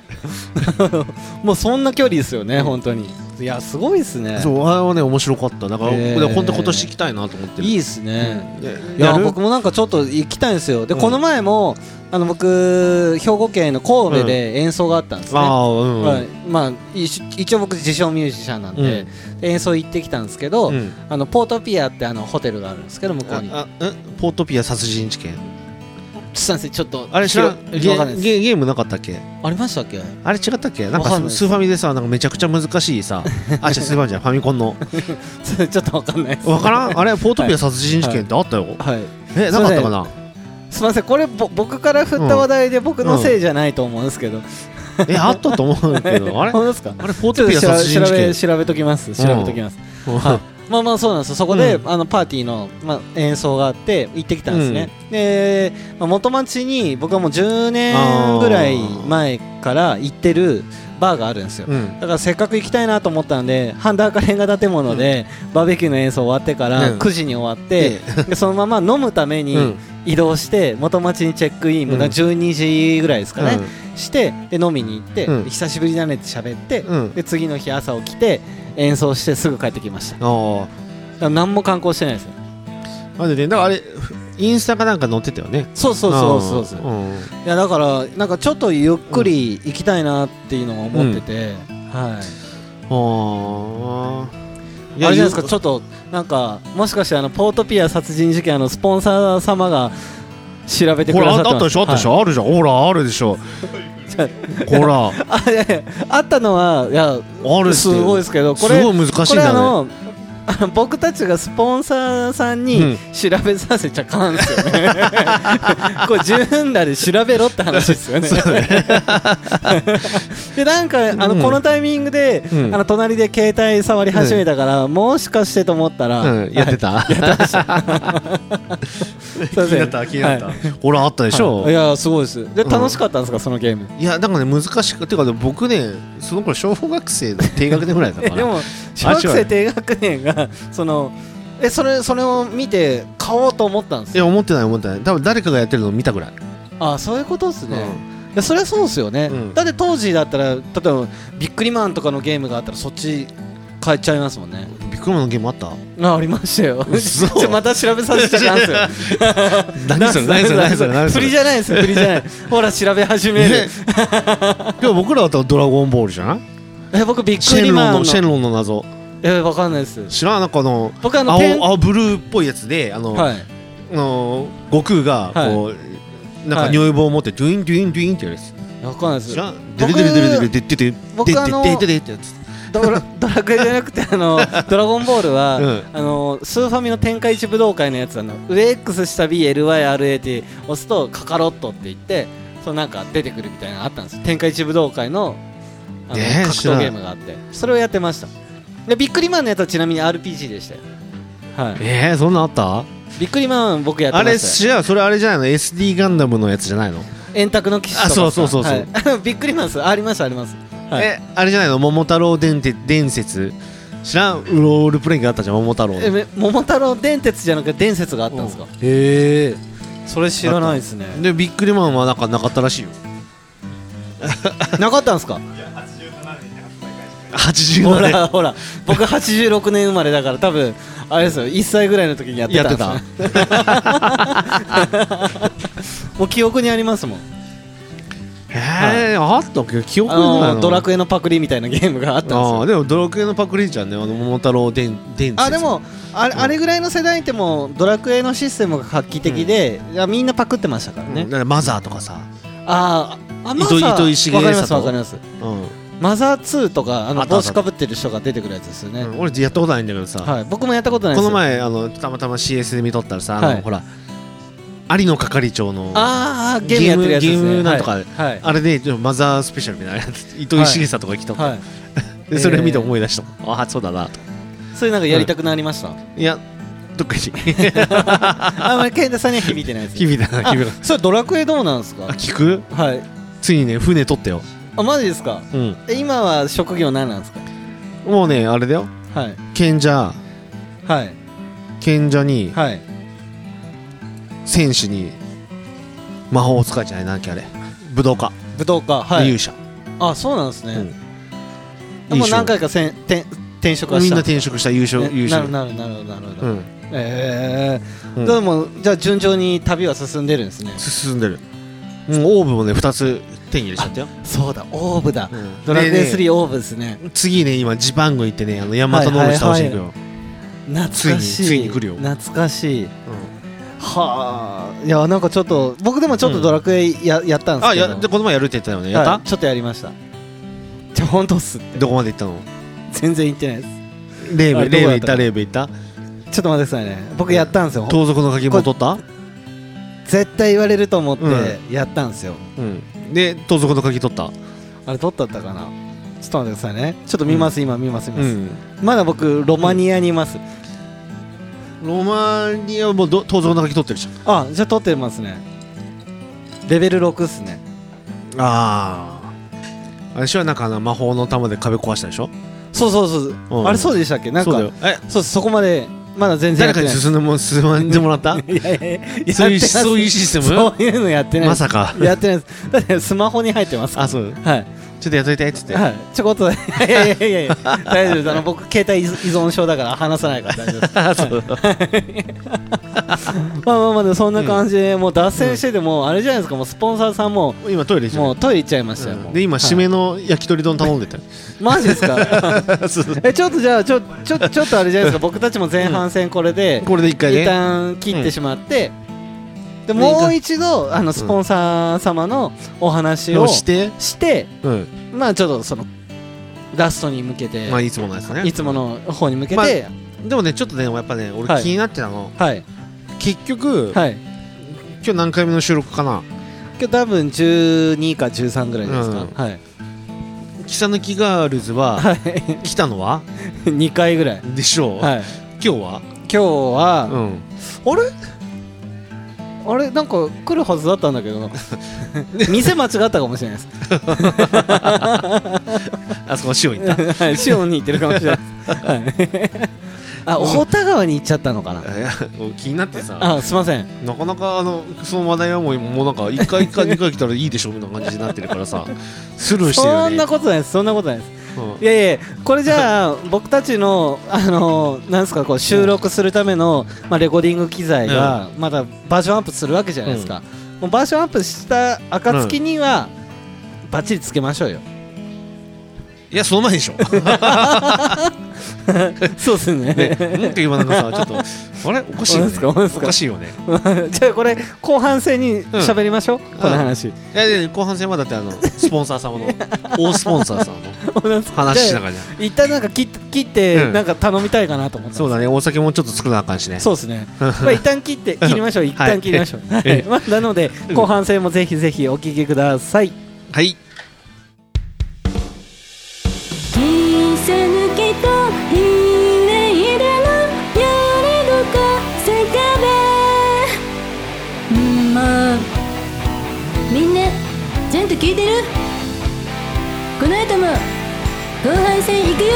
C: る
B: もうそんな距離ですよね、本当にいやすごいですね
C: そうあれはね面白かっただから、
B: へー
C: これ本当今年行きたいなと思ってる
B: いい
C: い
B: ですね、い
C: や
B: や
C: る
B: 僕もなんかちょっと行きたいんですよで、
C: うん
B: この前もあの僕兵庫県の神戸で演奏があったんですね、
C: ああうん、
B: はいまあ、一一応僕自称ミュージシャンなんで、演奏行ってきたんですけど、
C: うん
B: あのポートピアってあのホテルがあるんですけど向こうに
C: ああんポートピア殺人事件
B: すいませんちょっと
C: あれ知らん
B: 広
C: ゲ
B: わかんないです
C: ゲゲームなかったっけ
B: ありましたっけ
C: あれ違ったっけなん
B: わかんない
C: か
B: です
C: スーファミでさなんかめちゃくちゃ難し いさあ違うスーファミじゃないファミコンの
B: ちょちょっとわかんないです
C: わからんあれポートピア殺人事件ってあったよ、
B: はい
C: えなかったかな
B: すみませんこれぼ僕から振った話題で僕のせいじゃないと思うんですけど、
C: えあったと思うけど あれ
B: 本当ですか
C: あれポー
B: ちょ
C: ト
B: っ
C: ピア
B: と調
C: 殺人
B: べ
C: 事
B: 調べ
C: 件
B: 調べときます調べときます、
C: は
B: まあまあそうなんですよそこで、
C: う
B: あのパーティーの、まあ、演奏があって行ってきたんですね、で、まあ、元町に僕はもう10年ぐらい前から行ってるバーがあるんですよ
C: いうん
B: だからせっかく行きたいなと思ったんで半田赤レンガ建物でバーベキューの演奏終わってから
C: うん
B: 9時に終わって、でそのまま飲むため
C: う
B: に
C: ん
B: 移動して元町にチェックイン、
C: うん
B: まあ12時ぐらいですかね、
C: うん
B: してで飲みに行って、
C: うん
B: 久しぶりだねって喋って、
C: うん
B: で次の日朝起きて演奏してすぐ帰ってきましただか
C: あ
B: ら何も観光してないですよ
C: ああでねだからあれインスタかなんか載ってたよね
B: そうそうそうそうそう
C: うん
B: いやだからなんかちょっとゆっくり行きたいなっていうのは思ってて、はい
C: ああ
B: あれじゃないですかち
C: ょ
B: ょっとなんかもしかしてあのポートピア殺人事件あのスポンサー様が調べてく
C: ほ
B: だ
C: ら
B: さ
C: あ
B: って
C: あったでしょあったでしょ、あるじゃんほらあるでしょほらあ
B: はいあいやいやあったのはいや
C: るって
B: すごいですけどこれ
C: すごい難しい
B: こ
C: ん
B: れあ
C: だね
B: のあの僕たちがスポンサーさんに調べさせちゃかんす よね、これ自分らで調べろって話ですよねでなんかあの、
C: うん
B: このタイミングで、
C: うん
B: あの隣で携帯触り始めたから、もしかしてと思ったら、
C: うん、やってた。
B: すいません
C: 気になった。ほら、あったでしょ
B: はいいやすごいですで
C: うん
B: 楽しかったんですか、そのゲーム
C: いや、なんかね、難しくてかね、僕ね、その頃小学生の低学年ぐらいだっ
B: え
C: たか
B: で
C: ら。
B: も小学生低学年がそのえそれそれを見て買おうと思ったんで
C: い
B: すよ
C: や、思ってない、思ってない、多分誰かがやってるのを見たぐらい。
B: あそういうことですね、いやそれはそうですよね、
C: うん
B: だって当時だったら例えばビックリマンとかのゲームがあったらそっち買っちゃいますもんね
C: ビックリマンのゲーム あった。
B: あありましたよ
C: 嘘
B: ちょまた調べさせちゃいかんすよ
C: 何それ、何それ、何それ、何
B: 振
C: それ。
B: りじゃないですよ振りじゃ ないほら調べ始める
C: ねでも僕らだったらドラゴンボールじゃない
B: え僕ビッ
C: シ
B: ク
C: ェ
B: リ
C: ンロ
B: マ
C: ン
B: ン
C: の
B: の
C: シェンロンの謎
B: えわかんないです
C: 知らんなんかあの
B: 僕あのペン
C: 青青ブルーっぽいやつであの、
B: はい
C: あの悟空がこう、なんか尿棒を持ってドゥインドゥインドゥインってやるやつ
B: わかんないです
C: 知らんデレデレデレデレデレデレ
B: 僕あの
C: デレデレデレってやつ
B: ドラ ドラクエじゃなくてあ のドラゴンボールは、
C: うん
B: あのスーファミの天下一武道会のやつあの上 X 下 BLYRA って押すとカカロットって言ってそのなんか出てくるみたいなのがあったんですよ天下一武道会のあの、
C: ねえ
B: 格
C: 知ら
B: 闘
C: ん
B: ゲームがあってそれをやってましたでビックリマンのやつはちなみに RPG でしたよはい
C: えー、そんなんあった
B: ビックリマン僕やって
C: あ
B: ま
C: れ
B: したよ
C: 違うそれあれじゃないの SD ガンダムのやつじゃないの、
B: 円卓の騎士とか
C: あそうそうそうそ う
B: はいビックリマンですありますありますはい
C: えあれじゃないの桃太郎伝説伝説知らんロールプレイングあったじゃん桃太郎の
B: えめ桃太郎電鉄じゃなくて伝説があったんですか
C: へえ
B: それ知らないですね
C: でビックリマンはなんかなかったらしいよ
B: なかったんですかほ
C: 80年
B: らほら僕86年生まれだから多分あれですよ1歳ぐらいの時にやってたんですよ
C: や っ
B: もう記憶にありますもん
C: えー、あったっけ記憶
B: あ
C: にない
B: の
C: な
B: ドラクエのパクリみたいなゲームがあったんです
C: あ
B: よ
C: ーでもドラクエのパクリじゃんねあの桃太郎伝伝説
B: あでもあれあれぐらいの世代ってもうドラクエのシステムが画期的で、いやみんなパクってましたから
C: ね、
B: ね、
C: だからマザーとかさ、
B: あーああマザー
C: 糸井重里
B: わかりますわかります
C: うん
B: マザー2とかあ
C: あ
B: の
C: った
B: 帽
C: あった
B: 子かぶってる人が出てくるやつですよね、
C: うん俺やったことないんだけどさ、
B: はい、僕もやったことないです
C: この前あのたまたま CS で見とったらさ、あの
B: はい
C: ほら有野係長のあ
B: あーあーゲームやってるやつです、ね、
C: ゲームゲームなんとか
B: はい、はい
C: れでちょっとマザースペシャルみたいなやつ糸井重里が来た、
B: はい
C: でそれ見て思い出した、ああそうだなと
B: それなんかやりたくなりました、
C: いや特 に
B: あんまり健太さんには響いてないです
C: 日々だな日々だ
B: それドラクエどうなんです
C: あ
B: か
C: 聞く
B: はい
C: ついにね船取ったよ、
B: あマジですか
C: うん、
B: え今は職業何なんですか
C: もうねあれだよ
B: はい
C: 賢者
B: はい
C: 賢者に
B: はい
C: 戦士に魔法使いじゃないなんだっけあれ武道家、
B: 武道家は
C: で
B: い
C: 勇者、
B: あそうなんですね、
C: うん
B: でもう何回かせん転転職はし
C: みん
B: た
C: な転職した優勝、
B: ね
C: 優
B: なる
C: 勝
B: なるなるなるなる、
C: うん、
B: え
C: う
B: え
C: ん
B: でもじゃあ順調に旅は進んでるんですね
C: 進んでるもうオーブもね2つ手に入れちゃったよ、
B: そうだオーブだ
C: うん
B: ドラクエ
C: でね
B: 3オーブですね
C: 次ね今ジパング行ってねあのヤマトノオ倒していくよ、
B: 懐かしい
C: ついについに来るよ
B: 懐かしいはあいやなんかちょっと僕でもちょっとドラクエや,、やったん
C: うん
B: です
C: あ
B: けど
C: やでこの前やるって言ったよねやった、
B: はいちょっとやりましたじゃ本当っす
C: どこまで行ったの
B: 全然言ってないです
C: レー
B: あ
C: ベ
B: れ
C: レー
B: ど
C: ベ行
B: こ
C: っ
B: だった
C: た
B: の
C: レーベ行った
B: ちょっと待ってくださいね僕やったんですよ、
C: 盗賊の鍵も取った、
B: 絶対言われると思って
C: う
B: やったんですよ、
C: うん、で盗賊の鍵取った
B: あれどったったかなちょっと待ってくださいねちょっと見ます、今見ます見
C: う
B: ます、
C: ん
B: まだ僕ロマニアにいます、
C: ロマニアはもうど盗賊の鍵取ってるじゃ
B: あ
C: ん
B: じゃあ撮ってますねレベル6っすね
C: あああれしはなんかあの魔法の玉で壁壊したでしょ
B: そうそうそう、
C: うん
B: あれそうでしたっけなんか
C: そ
B: そうう
C: だよえ
B: そこまでまだ全然や
C: 誰
B: ってな
C: かに
B: い
C: 進んでも進んでもら った
B: いやいややって
C: そういう
B: ない
C: そういうシステム
B: そういうのやってない
C: まさか
B: やってないですだってスマホに入ってますか
C: あそう
B: らはい
C: ちょっとやっといてっつって
B: はい、ちょこっといやいやいやいやいや大丈夫ですあの僕携帯依存症だから話さないから大丈夫です
C: あそう
B: まあまあまあでもそんな感じで、もう脱線しててもうあれじゃないですかもうスポンサーさんも
C: 今トイレ行っちゃう
B: もうトイレ行っちゃいましたよ、もう
C: で今
B: はい
C: 締めの焼き鳥丼頼んでたよ、
B: マジですか
C: そうそう
B: えちょっとじゃあちょちょちょっとあれじゃないですか僕たちも前半戦これで、
C: これで一回
B: 一
C: ね
B: 旦切ってしまって、でもう一度あのスポンサー様のお話を
C: を
B: し、
C: してて、うん
B: まあちょっとそのラストに向けて、
C: まあいつものやつね
B: いつもの方に向けて、
C: まあでもねちょっとねやっぱね俺
B: はい
C: 気になってたの、
B: はい
C: 結局、
B: はい
C: 今日何回目の収録かな
B: 今日多分12か13ぐらいじゃないですか、はい
C: 草抜きガールズは
B: はい
C: 来たのは
B: 2回ぐらい、
C: でしょう、
B: はい、
C: 今日
B: 今
C: は、
B: 日は、
C: う
B: あれあれなんか来るはずだったんだけ どな店間違ったかもしれないです
C: ん、あそこ塩行っ た
B: はい、塩に行ってるかもしれないです。 はいあ、太田川に行っちゃったのかな。
C: いや 気になってさ
B: あ、すみません。
C: なかなかあのその話題はもうもうなんか1回か2回来たらいいでしょみたいな感じになってるか らさスルーし
B: そ
C: てるよ
B: ん
C: ね
B: なことないです。そんなことないです。
C: うん
B: いやいや、これじゃあ僕たちのあのなんですかこう収録するためのまあレコーディング機材がまだバージョンアップするわけじゃないですか。もうバージョンアップした暁にはバッチリつけましょうよ。
C: いやその前 でしょ
B: そうですね。
C: ね、うんって今なんかさ、ちょっと、あれ、おかしいよ、ね。
B: 本当ですか本当です
C: お
B: か
C: かしいよね。
B: じゃあこれ後半戦に喋りましょう。この話。
C: いやいや、後半戦はだって、あの、スポンサ ー様の、大スポンサーさんの話しながらじゃん。
B: 一旦なんか切っ切ってなんか頼みたいかなと思って。
C: そうだね、お酒もちょっと作らなあかんしね。
B: そうですね。まあ一旦切って切りましょう。一旦切りましょう。はい
C: ええ
B: まあなので
C: うん
B: 後半戦もぜひぜひお聞きください。
C: はい。
D: 「切りせ抜けたひれいでのやれどかせかべ」んーまあみんなちゃんと聞いてるこの後も後半戦行くよ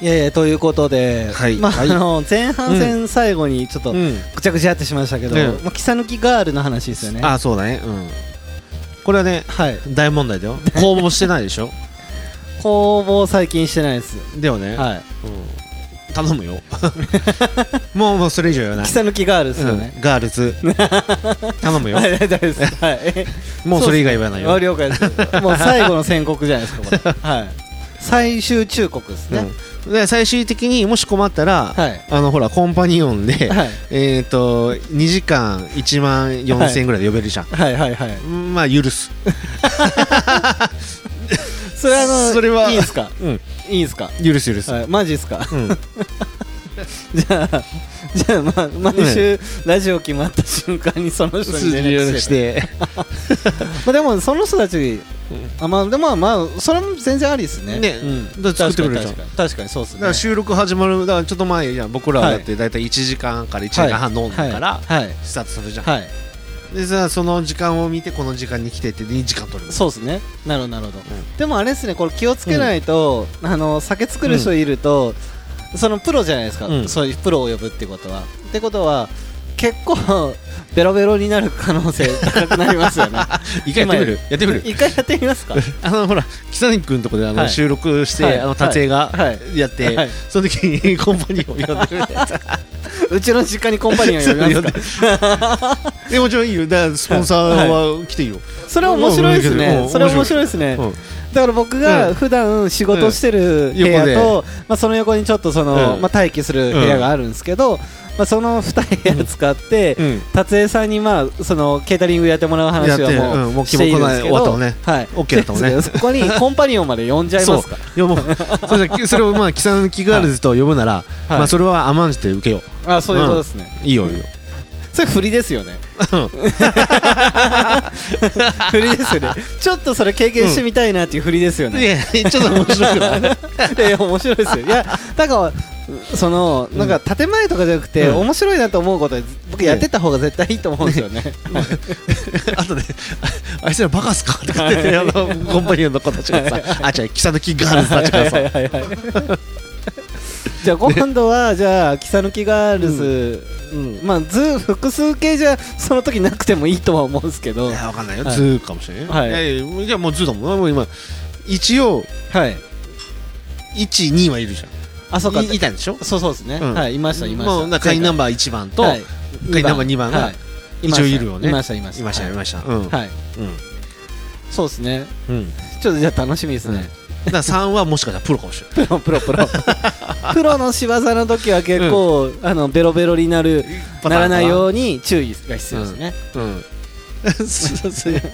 B: いやいやということで、
C: はい
B: まあ、
C: はい
B: あの前半戦最後にちょっと
C: うん
B: ぐちゃぐちゃってしましたけど、
C: ね
B: まあ、草抜きガールの話ですよね。
C: あそうだねうんこれはね
B: はい、
C: 大問題だよ公募してないでしょ
B: 公募最近してないです。
C: でもね、
B: は
C: うん頼むよ もうもうそれ以上言わない
B: い、、草抜きガールですよね。
C: うんガー ルズ頼むよ
B: はい、 大丈夫です。はい。
C: もうそれ以外言わないよ
B: あ了解ですもう最後の宣告じゃないですかこ れはい最終忠告ですね、
C: うんで最終的にもし困ったら、
B: はい
C: あのほらコンパニオンで、
B: はい
C: えっ、と2時間1万4000円ぐらいで呼べるじゃん、
B: はいはいはい
C: うんまあ許す
B: それあの
C: それはい
B: いですか
C: うん
B: いいですか
C: 許す許す、
B: はいマジですか
C: うん
B: じゃあじゃあ、まあ、毎週ラジオ決まった瞬間にその人に
C: 数字
B: 連絡
C: 許
B: し
C: してて
B: まあでもその人たちあまあでもまあそれも全然ありですね
C: ね
B: うん
C: だから作ってくれるじゃん
B: 確かに確かに確かにそうです
C: だ
B: ね
C: から収録始まるだからちょっと前じゃん僕ら
B: はい
C: だって大体1時間から1時間半飲んだから、
B: はいはい
C: スタートするじゃん、
B: はい
C: でさその時間を見てこの時間に来てって2時間取る
B: そうですねなるほどなるほど、
C: ん
B: でもあれですねこれ気をつけないと、あの酒作る人いると、そのプロじゃないですか、
C: うん
B: そういうプロを呼ぶってことはってことは結構ベロベロになる可能性高くなりますよね
C: 一回やってみるやってみる
B: 一回やってみます か
C: あのほら、キサニ君のとこであの、
B: はい
C: 収録して、
B: はい
C: あの達成が、
B: はい
C: やって、
B: はい
C: その時 にコンパニオンを呼んでくれて
B: うちの実家にコンパニオン呼びますか
C: でもちろんいいよ、だからスポンサーは来ていいよ。
B: それ面白いです
C: うんう
B: ね
C: ん
B: それ面白いですね、
C: うん
B: だから僕
C: う
B: が
C: ん
B: 普段仕事してる部
C: うん
B: 屋と、
C: 横
B: まあ、その横にちょっとその、
C: うん
B: まあ、待機する部屋があるんですけど、まあ、その2部屋使って、
C: うん
B: 達江さんにまあそのケータリングやってもらう話は
C: やって
B: も
C: る
B: う,、
C: うんもう希
B: し
C: 望
B: ているんですけ
C: こ
B: ど
C: の間終わったもん
B: はい、
C: OK だったもんね
B: ですけどそこにコンパニオンまで呼んじゃい
C: そ
B: ま
C: う
B: すか
C: いやもうそうじ ゃんそれをまあキサヌキガールズと呼ぶなら、まあそれは甘んじて受けよ
B: あそういうことですね、
C: ういいよいいよ
B: それ振りですよね 振りですよねちょっとそれ経験してみたいなっていう振りですよね、
C: いやちょっと面白くな い
B: いやいや面白いですよいやだからそのなんか建前とかじゃなくて、
C: うん
B: 面白いなと思うことは僕やってた方が絶対いいと思うんです よね
C: あとでああいつらバカっすかって言ってあのコンパニオンの子たちがさあじゃあキサヌキガールズたちがさ
B: はいはいはいはいじゃあ今度 はじゃあキサヌキガールズ、うんまあず複数形じゃその時なくてもいいとは思うんですけど
C: いやわかんないよ、
B: はい
C: ズーかもしれな、
B: はいい
C: いやいやじゃあもうズーだもんもう今一応
B: はい
C: 12はいるじゃん
B: あそうか
C: いいたんでしょ
B: そうそうですね、
C: うん
B: はいいましたいました
C: もうだから会員ナンバー1番と、
B: はい
C: 会員ナンバー2番が
B: い
C: 一応いるよね
B: いましたいました
C: いましたいましたうん
B: はい、はい
C: うん
B: そうですね
C: うん
B: ちょっとじゃあ楽しみですね、
C: だから3はもしかしたらプロかもし れ
B: プロプロプ ロプロの仕業の時は結構、あのベロベロになる
C: ないパターンか
B: ならないように注意が必要ですね、
C: うんそうそう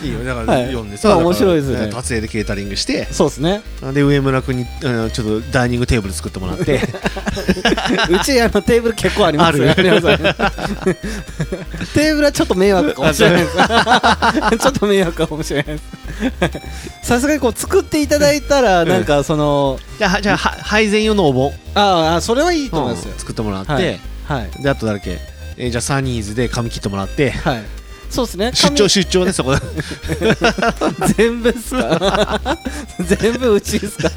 C: いいよだから、
B: はい
C: 読んで
B: ま
C: さ
B: あ面白いですね
C: だから撮影でケータリングして
B: そうですね
C: で上村君にあのちょっとダイニングテーブル作ってもらって
B: うちあのテーブル結構ありますよ
C: ある
B: ありますよテーブルはちょっと迷惑かもしれないです ちょっと迷惑かもしれないですさすがにこう作っていただいたら
C: うん
B: なんかその、
C: じゃあじゃあは配膳用のお盆
B: ああそれはいいと思いますよ、
C: 作ってもらって、
B: はいはい
C: であと誰だっけ、えーじゃあサニーズで髪切ってもらって
B: はいそうですね
C: 出張出張ね そこで
B: 紙全部っすか 全部うちっすか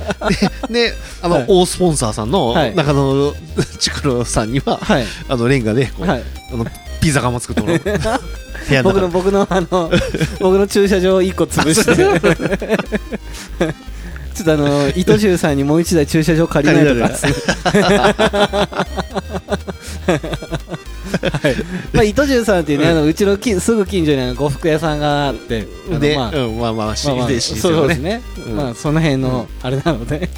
C: であの、
B: はい
C: 大スポンサーさんの
B: はい
C: 中野ちくろさんには、
B: はい
C: あのレンガでこう、
B: はい
C: あのピザ窯 作ってもらう部屋の
B: 僕
C: 中
B: の
C: で
B: 僕のあの 僕の駐車場を1個潰して ちょっとあの伊藤忠さんにもう1台駐車場借りないとかはいまあ、伊藤忠さんっていうね、あのうちのきすぐ近所にあの呉服屋さんがあってあの
C: で、
B: まあ
C: うん、まあまあし
B: まあまあ
C: でし
B: そうそうです
C: ね
B: ね、
C: うん
B: まあその辺のあれなの で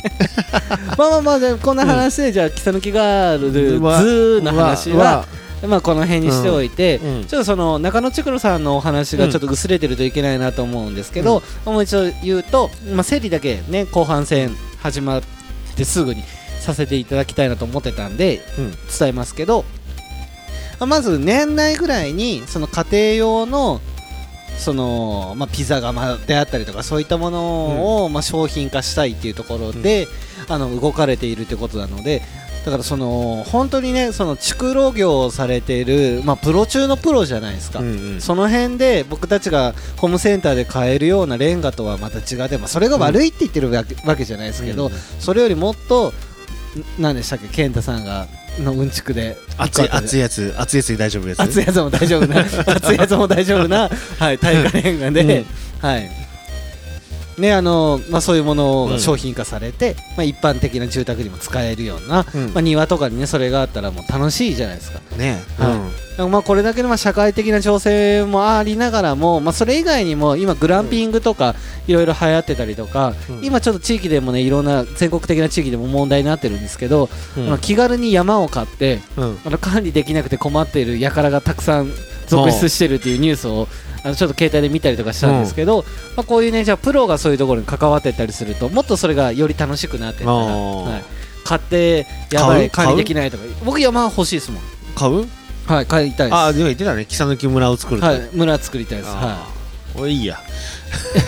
B: まあまあまあじゃあこんな話で、じゃあ「北抜きガールズ」
C: は
B: の話はまあ、この辺にしておいて、
C: うんうん
B: ちょっとその中野千黒さんのお話がちょっと薄れてるといけないなと思うんですけど、もう一度言うと、まあ、整理だけね後半戦始まってすぐにさせていただきたいなと思ってたんで
C: うん
B: 伝えますけどまあまず年内ぐらいにその家庭用のその、まあ、ピザ窯であったりとかそういったものを、まあ、商品化したいっていうところで、あの動かれているということなのでだからその本当にねその築路業をされている、まあ、プロ中のプロじゃないですか、
C: うんうん
B: その辺で僕たちがホームセンターで買えるようなレンガとはまた違って、まあ、それが悪いって言ってるわけ,、わけじゃないですけど、
C: うんうん
B: それよりもっとん何でしたっけ健太さんがのうんちくで
C: 熱い熱
B: い
C: いやつ熱いやつで大丈夫です
B: 熱いやつも大丈 夫な熱いやつも大丈夫な、はい、大火レンガで、
C: うん
B: はいねあのまあ、そういうものが商品化されて、まあ、一般的な住宅にも使えるような、
C: うん
B: まあ、庭とかにねそれがあったらもう楽しいじゃないですか。
C: ね
B: はいまあ、これだけのまあ社会的な情勢もありながらも、まあ、それ以外にも今グランピングとかいろいろ流行ってたりとか、
C: うん
B: 今ちょっと地域でもねいろんな全国的な地域でも問題になってるんですけど、
C: うん
B: あの気軽に山を買って
C: うんうん
B: あの管理できなくて困っている輩がたくさん続出してるっていうニュースをあのちょっと携帯で見たりとかしたんですけど、まあ、こういうねじゃあプロがそういうところに関わってったりするともっとそれがより楽しくなってったら、
C: あー
B: はい、買ってやばい
C: 買う
B: 管理できないとか僕山欲しいですもん。
C: 買う
B: はい、買いたいです。
C: ああでも言ってたね草抜き村を作ると
B: はい、村作りたいです。は
C: あーおいいいや
B: い、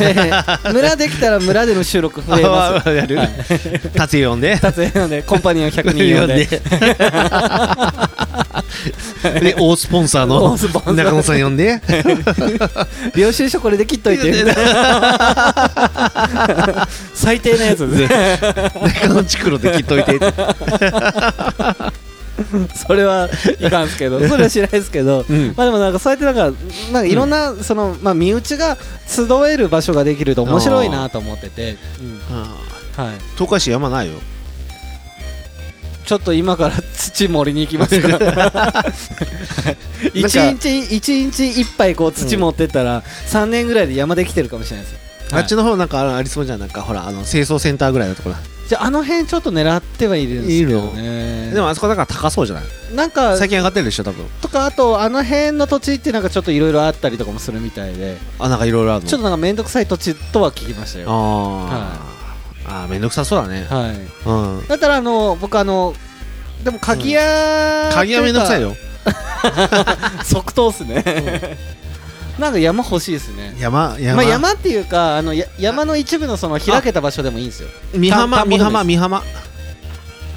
B: 村できたら村での収録増え ます。
C: やる
B: はい
C: 達也呼んで
B: 撮影なのでコンパニオン100人呼んで。
C: で大スポンサーの
B: 大スポンサー
C: 中野さん呼んで
B: 領収書これで切っと いて 最低なや つですね
C: 中野チクロで切っと いて
B: それはいかんすけ どそれはしないですけど、
C: うん
B: まあでもなんかそうやってなんかなんかいろんな、そのまあ身内が集える場所ができると面白いなと思ってて、うん
C: あ
B: はい、
C: ー東海市山ないよ
B: ちょっと今から土盛りに行き ますから一日一日一杯こう土持ってったら、三年ぐらいで山できてるかもしれないですよ、
C: あっちの方なんかありそうじゃんなんかほらあの清掃センターぐらいのところ
B: じゃああの辺ちょっと狙ってはいるんですけどね
C: でもあそこだから高そうじゃない
B: なんか
C: 最近上がってるでしょ多分
B: とかあとあの辺の土地ってなんかちょっといろいろあったりとかもするみたいで
C: あなんかいろいろあるの
B: ちょっとなんか面倒くさい土地とは聞きましたよ
C: あーあーめんどくさそうだね
B: はい
C: うん
B: だったらあの僕あのでも鍵屋、
C: 鍵はめんどくさい
B: よ
C: よ
B: 即答っすね、なんか山欲しいですね
C: 山
B: ま
C: 山
B: あ、山っていうかあのや山の一部のその開けた場所でもいいんですよ
C: 美浜
B: 田んぼ
C: 美
B: でも
C: 浜
B: い
C: 美浜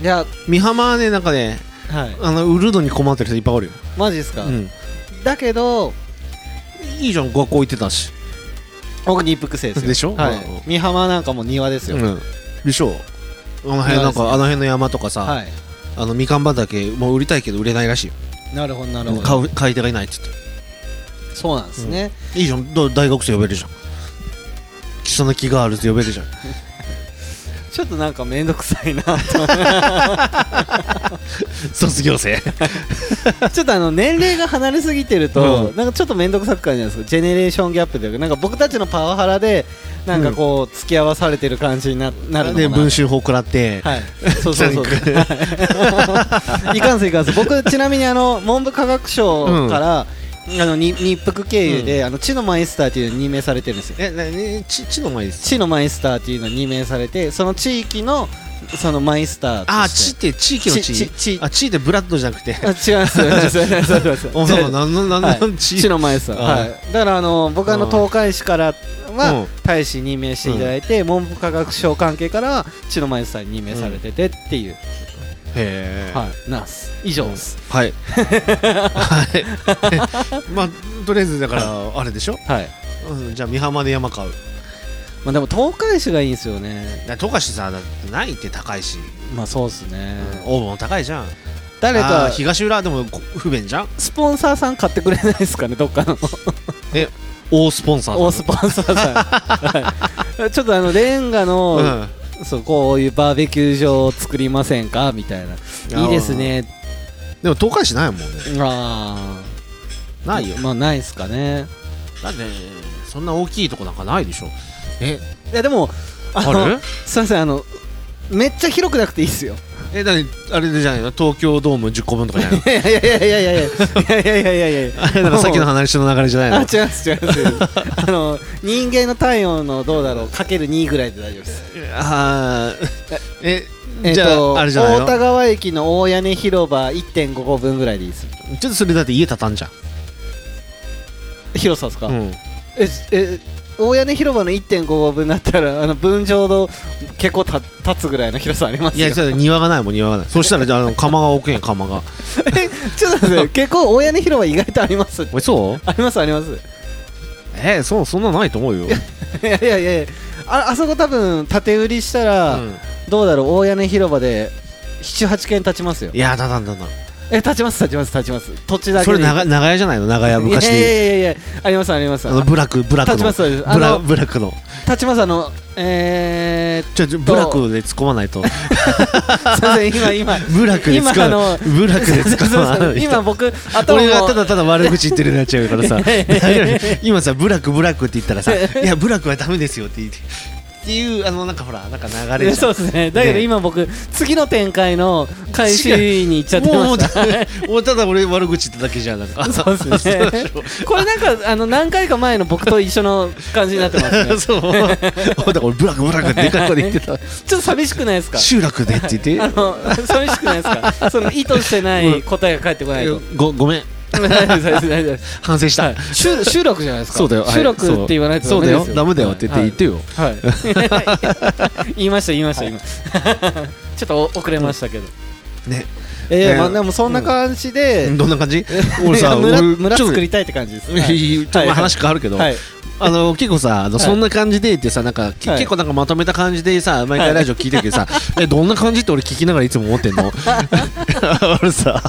B: いや
C: 美浜はねなんかね
B: はい
C: あの売るのに困ってる人いっぱいおるよ
B: マジですか、
C: うん
B: だけど
C: いいじゃん学校行ってたし
B: 僕日服生ですよ
C: でしょ
B: はい
C: うん
B: 三浜なんかも庭ですよ、
C: うんでしょあの辺な
B: そうで
C: ん
B: すね
C: かあの辺の山とかさ
B: はい
C: あのみかん畑もう売りたいけど売れないらしいよ
B: なるほどなるほ
C: 買
B: ど
C: う買い手がいないっつって
B: そうなんですね、
C: いいじゃんど大学生呼べるじゃん草の木ガールズ呼べるじゃん
B: ちょっとなんか面倒くさいな
C: 卒業 生
B: ちょっとあの年齢が離れすぎてると、
C: うん
B: なんかちょっと面倒くさく感じなんですかジェネレーションギャップというかなんか僕たちのパワハラでなんかこう付き合わされてる感じにななるのかな
C: で文春砲食らって
B: はい、そうそうそう。
C: ジ
B: はいいかんせんいかんせん。僕ちなみにあの文部科学省から、あのに日服経由で、あの知のマイスターっていうのに任命されてるんですよ。
C: えなにちちの前です
B: 知のマイスターっていうのに任命されて、その地域のそのマイスターとして。
C: あーちって地域の地
B: ちちち
C: あちってブラッドじゃなくて
B: あ違います。違います違います違います
C: お前もなんのなん
B: はい
C: のち
B: 知の前さん、
C: は
B: はいい、だからあの僕はあの
C: うん
B: 東海市から
C: うん
B: は大使任命していただいて、文部科学省関係からは知の前さんに任命されててっていう、
C: へー
B: はい、なんす以上です、
C: はいはい まあとりあえずだからあれでしょ
B: はい
C: うんじゃあ美浜で山買う
B: まあでも東海市がいいんですよね
C: だ富樫さだってないって高いし、
B: まあそうっすね、
C: オーブンも高いじゃん
B: 誰
C: あー
B: か
C: 東浦でもこ不便じゃん
B: スポンサーさん買ってくれないですかねどっかの
C: 大スポンサー
B: 大スポンサーさん、はい、ちょっとあのレンガ
C: ポ
B: の、そうこういうバーベキュー場を作りませんかみたいないいですね
C: でも東海市ないもんね
B: ああ
C: ないよ
B: まあないっすかね
C: だってそんな大きいとこなんかないでしょえ
B: いやでもあの
C: ある
B: すいませんあのめっちゃ広くなくていいっすよ
C: えだってあれじゃないの東京ドーム10個分とかじゃないの
B: いやいやいやいやいやいやいやいやいやいやいや
C: あれだからさっきの話の流れじゃ
B: あ
C: ない
B: 違
C: の
B: います違いますあの人間の体温のどうだろうかける2ぐらいで大丈夫です
C: あーえ
B: えっ
C: じゃ
B: と
C: ああれじゃない
B: 大
C: の
B: 田川駅の大屋根広場1.5個分ぐらいでいいです
C: ちょっとそれだって家畳んじゃん
B: 広さですか、
C: うん
B: ええ大屋根広場の1.5号分だったらあの分譲の結構た立つぐらいの広さあります
C: い
B: よ
C: や、そう庭がないもん、庭がない。そしたら、じゃああの、釜が置けん、釜が。
B: ちょっと待っ て結構大屋根広場意外とあります
C: おい、そう
B: ありますあります
C: えー、そう、そんなないと思うよ。
B: いやいやいやいやああそこ多分縦売りしたら、
C: うん
B: どうだろう大屋根広場で78軒立ちますよ
C: いや、だんだんだんだん。
B: え立ちます立ちます立ちます土地だけ
C: それ
B: に
C: 長長屋じゃないの長屋昔
B: いやい
C: で
B: やいやいやありますあります
C: あのブラックブラッ
B: 立
C: ク
B: ちま
C: の
B: す立ちます
C: ブ
B: あ
C: ラ
B: の
C: ブラックの
B: 立ちますあのえ
C: ちょちょブラックで突っ込まないと
B: ー、すいません今今
C: ブラックで突っ
B: 今あ
C: 込ま
B: の
C: ブラックで突っ込まない
B: 今
C: と
B: 僕頭
C: 俺がた
B: も
C: だただ悪口言ってるようになっちゃうからさ今さブラックブラックって言ったらさ「いやブラックはダメですよ」って言ってっていうあのなんかほらなんか流れじ
B: そ
C: ゃ
B: うんですねだけど今僕次の展開の開始に行っちゃって
C: もうも
B: ま
C: う
B: し
C: だ
B: た
C: もうただ俺悪口言っただけじゃんなんか
B: そうですねこれなんかあの何回か前の僕と一緒の感じになってますね
C: そうだから俺ブラックブラックってでかい声で言ってた
B: ちょっと寂しくないですか
C: 集落でって言って
B: あの寂しくないですかその意図してない答えが返ってこないと
C: ごごめん
B: 大丈夫です大丈夫です大丈夫です
C: 反省した、
B: はい 収収録じゃないですか
C: そうだよはい
B: 収録って言わないと
C: そう
B: ダメ
C: だ
B: です
C: よダメだよって言って言ってよ、
B: はい言い ました言いました、 今ちょっとお遅れましたけど、
C: ね
B: ええ
C: ね
B: まあでもそんな感じで、
C: どんな感じ俺さ
B: いや 村
C: 俺
B: 村
C: ちょっと
B: 作りたいって感じです、
C: いやいやちょっとまあ話変わるけど、
B: はい
C: あの結構さあの、そんな感じでってさなんか、け
B: はい
C: 結構なんかまとめた感じでさ毎回ラジオ聞いてるけ どさ、えどんな感じって俺聞きながらいつも思ってんの俺さ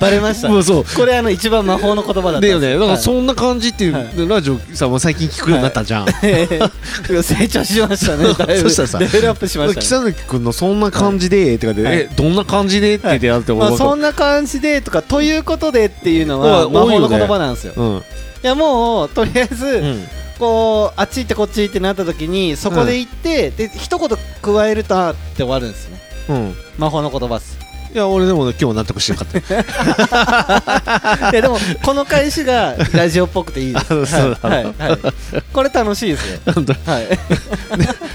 B: バレました
C: もうそう
B: これあの一番魔法の言葉だったん
C: だ
B: です
C: よねなん
B: は
C: か
B: い
C: そんな感じっていう、
B: は
C: ラジオさもう最近聞くようになったじゃん、
B: ええ 成長しました ねだいぶ
C: そしたらさ
B: レベルアップしました、ね
C: 北崎君の「そんな感じで」ってかで、
B: はい
C: えどんな感じで?」って言ってやるって思
B: ま
C: う
B: あ、
C: と、
B: そんな感じでとかということでっていうのは
C: おい
B: 魔
C: 多い
B: 法
C: よ
B: の
C: ね
B: 言葉なんですよい
C: うん
B: やもうとりあえず、
C: うん
B: こうあっち行ってこっち行ってなった時にそこで行って、で一言加えるとあーって終わるんですね
C: うん
B: 魔法の言葉っす
C: いや俺でもね今日納得しなかっ
B: い
C: た
B: やでもこの返しが ラジオっぽくていいです
C: あそうだ
B: はいはいはいこれ楽しいですよ
C: なんだ
B: はいい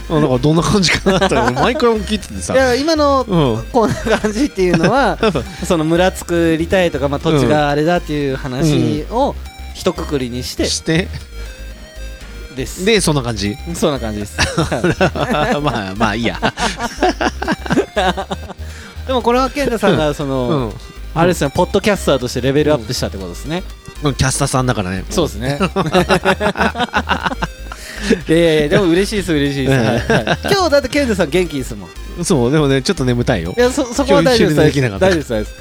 C: あなんかどんな感じかなって 俺毎回聞いててさ
B: や今の
C: うん
B: こんな感じっていうの はその村作りたいとか、まあ、土地があれだっていう話を一括りにして
C: して
B: です
C: でそんな感 じ
B: そんな感じです
C: まあまあいいや
B: でもこれは健太さんがその、
C: うん
B: あれですねポッドキャスターとしてレベルアップしたってことですね、
C: うんキャスターさんだからね
B: そうですね。 いやいやいやでも嬉しいです嬉しいです。はいはい今日だってケンジさん元気ですもん。い
C: そうでもねちょっと眠たいよ
B: やそそこは大丈夫
C: 今日
B: です大丈
C: 一緒にできなか
B: 夫
C: った
B: です大丈夫です。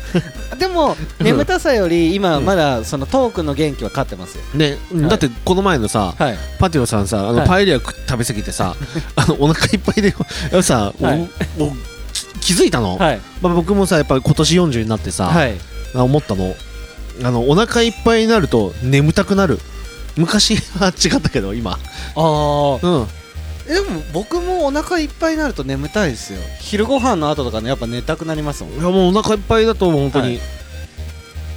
B: でも眠たさより今まだそのトークの元気は勝ってますよ。
C: ね
B: はい
C: だってこの前のさ
B: はい。
C: パティオさんさあ
B: は
C: の
B: い
C: パエリア食食べ過ぎ てさあのお腹いっぱいであのさお
B: はい
C: おき気づいたのまあ
B: はい。
C: 僕もさやっぱり今年40になってさ
B: はい。
C: あ思ったのあのお腹いっぱいになると眠たくなる昔は違ったけど今
B: ああ。
C: うん
B: でも僕もお腹いっぱいになると眠たいですよ。昼ご飯の後とかねやっぱ寝たくなりますも。
C: いやもうお腹いっぱいだと思う本当に、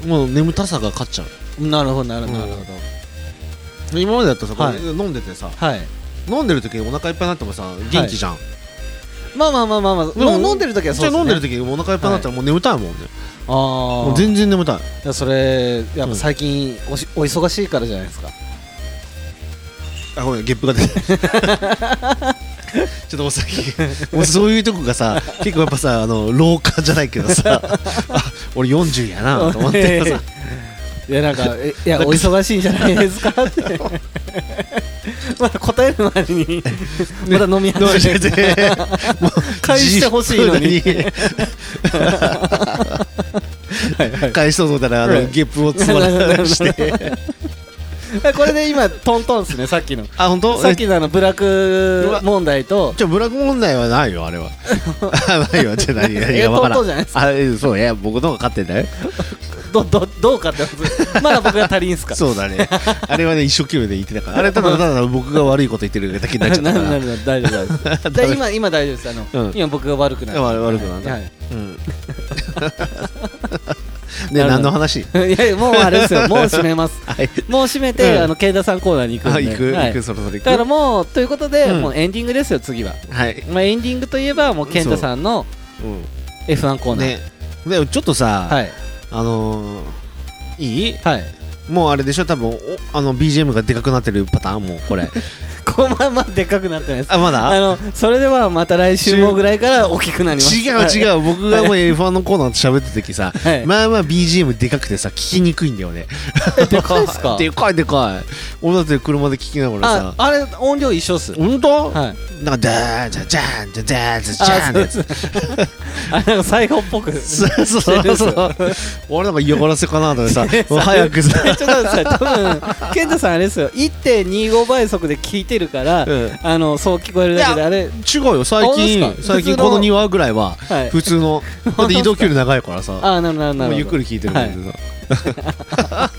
C: もう眠たさが勝っちゃうん
B: なるほどなるほどなるほど。
C: 今までだったらさ、
B: はい
C: これ飲んでてさ
B: はい。
C: 飲んでる時お腹いっぱいになってもさ元気じゃん、
B: まあまあまあまあまあ。
C: でも
B: の飲んでる時はそうです
C: じゃあ
B: ね。
C: 飲んでる時お腹いっぱいになったらもう眠たいもんね、
B: ああ。
C: もう全然眠たい
B: いやそれやっぱ最近おしお忙しいからじゃないですか
C: あごめんゲップが出て ちょっとお酒もうそういうとこが さ結構やっぱさあの老化じゃないけど さあ俺40やなと思ってさ
B: いやな んかえいや
C: なんか
B: お忙しいんじゃないですか ってまだ答える前にまだ飲み
C: 飲ま
B: 始め
C: れ
B: て
C: てもう
B: 返してほしいのにはいはい
C: 返しそうと思ったらあの、
B: はい
C: ゲップを詰まらせして
B: えこれで今トントンですねさっきの
C: あ本当
B: さっきのあのブラック問題と
C: じゃブラック問題はないよあれはあ ないよじゃあ何何
B: え
C: がわから
B: 弟じゃない
C: ん
B: です
C: あえそういや僕の方が勝ってんだよ
B: どどどうかってやつまだ僕が足りんすか
C: そうだ ねあれはね一生懸命で言ってたからあれただただ僕が悪いこと言ってるだけ になっちゃった
B: な
C: か
B: な
C: ら
B: るなる大丈夫 大丈夫で今今大丈夫ですあの、
C: うん
B: 今僕が悪くなる
C: 悪悪くなる
B: はい
C: う
B: な
C: んで
B: る
C: 何の話
B: いやいやもうあれ ですよ、もう閉めます。
C: はい
B: もう閉めて、
C: うん
B: あの、ケイダさんコーナーに行くん
C: あ
B: で。
C: 行く
B: はい
C: 行くそろそろ行
B: だから
C: く
B: もう、ということで、
C: うん
B: もうエンディングですよ、次は。
C: はい
B: まあ、エンディングといえば、もう、ケンタさんの
C: う
B: F1 コー
C: ん
B: ナー。
C: ねでもちょっと
B: は
C: さ
B: い。
C: あのーいい
B: はい。
C: もうあれでしょ多分おあの BGM がでかくなってるパターンもうこれ
B: こままでっかくなってないです
C: あまだ
B: あのそれではまた来週もぐらいから大きくなります
C: 違う 違う、僕がもう F1 のコーナーと喋った時さ、
B: はい
C: まあまあ BGM でかくてさ聞きにくいんだよね
B: えでかいっすか
C: でかいでかい俺だって車で聞きながら
B: あ
C: さ
B: あれ音量一緒っす
C: 本当、
B: はい
C: なんかダーンジャジャーンジャジャーンジャジャーンってやつ
B: あなんか最後っぽくちょっ
C: そうそう そう俺なんか嫌がらせかなと思ってさもう早くさ
B: と待ってください多分健太さんあれですよ1.25倍速で聞いてるから、
C: うん
B: あのそう聞こえるだけ
C: い
B: で
C: や
B: あれ
C: 違うよ最
B: あ本当ですか
C: 近最
B: 普
C: 近
B: 通の
C: この2話ぐらいは
B: はい
C: 普通のだって移動距離長いからさ
B: ああなるほどなるほど
C: もうゆっくり聞いてるもん
B: は
C: でさ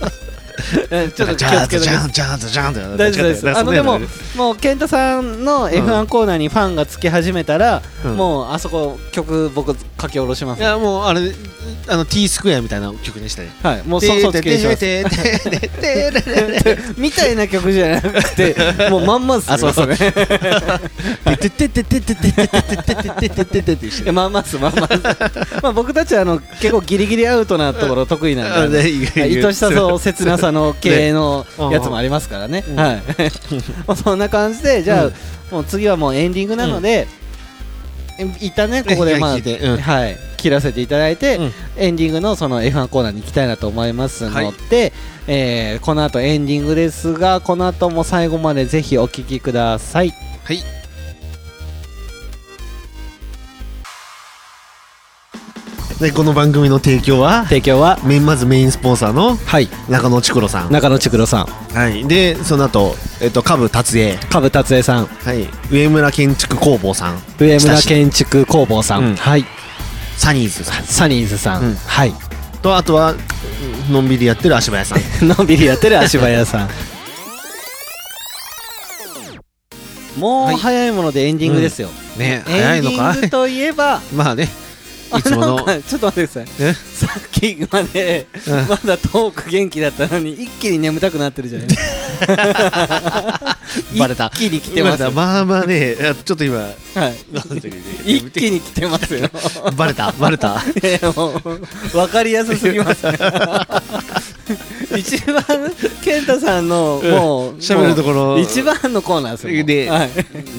B: えちょっと気
C: ジ
B: を
C: ャーン
B: つけ
C: と
B: て
C: ジ
B: く
C: ャ
B: ださ
C: ーン
B: い
C: ジャーンジャーンってな
B: 大丈夫で
C: な
B: す
C: んか
B: あのでも
C: ね
B: もう健太さんの F1 コーナーにファンがつき始めたら、
C: うん
B: もうあそこ曲僕書き下ろしま
C: い
B: す
C: やもうあれあの T スクエアみたいな曲にしたね
B: はいも
C: も
B: うそそつけにしますみたいな曲じゃなくて、もうまんまっすよ。
C: あそうそう
B: れいやまんまっす、まんまっす。まあ僕たちはあの結構ギリギリアウトなところ得意なんで。愛しさと切なさの系 のやつもありますからね。
C: うん
B: はい。 もうそんな感じで、じゃあ、もう次はもうエンディングなので、一旦ね、ここでまあ、
C: 一回聞いてうん
B: はい、切らせていただいて、
C: うん
B: エンディングのその F1 コーナーに行きたいなと思いますので、
C: はい
B: えーこの後エンディングですが、この後も最後までぜひお聞きください。
C: はいでこの番組の提供は
B: 提供は、
C: メインまずメインスポンサーの
B: はい、
C: 中野ちくろさん、
B: 中野ちくろさん、
C: はい、でその後、えっと下部達也、
B: 株達也さん、
C: はい、上村建築工房さん
B: 上村建築工房さん、
C: うん
B: はい、
C: サニーズさ
B: サニーズさん、
C: うん
B: はい、
C: んとあとはのんびりやってる足早さん
B: のんびりやってる足早さん。もう
C: はい
B: 早いものでエンディングですよ。
C: ね早いのか
B: エンディングといえば、
C: まあねいつも
B: あな
C: の
B: んかちょっと待ってください。
C: え
B: さっきまで、
C: うん
B: まだトーク元気だったのに一気に眠たくなってるじゃないですか
C: バレた
B: 一気に来てます
C: 今
B: よ、
C: だまあまあねあちょっと今
B: はい、
C: なんていうね
B: 一気に来てますよ
C: バレたバレた
B: いやいやもう分かりやすすぎますね 一番健太さんのもう
C: 喋るところ
B: もう一番のコーナーですよもう
C: で
B: はい、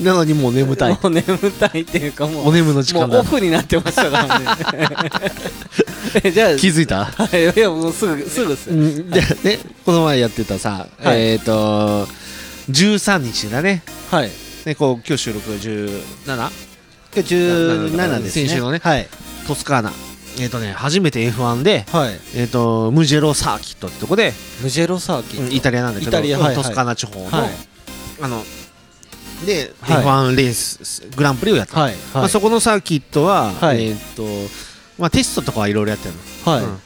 C: なのにもう眠たい
B: もう眠たいっていうかもう
C: お眠の時間
B: もう
C: だ
B: オフになってましたからね え じゃあ
C: 気づいた
B: はいいやもうすぐすぐっすよ
C: うんでねこの前やってたさ
B: はい
C: えっと13日だね
B: はい
C: ねこう今日収録が 17?
B: 今日17ですね
C: 先週のね
B: はい
C: トスカーナえっとね初めて F1 で
B: はい
C: えっとムジェロサーキットってとこで
B: ムジェロサーキット、
C: うんイタリアなんだけど
B: イタリアはいはい
C: トスカーナ地方の
B: はい
C: あので
B: はい
C: F1 レースグランプリをやった
B: はいはい、
C: まあ、そこのサーキットは、
B: はい
C: えーっとまあ、テストとかはいろいろやってるの、
B: はい、
C: うん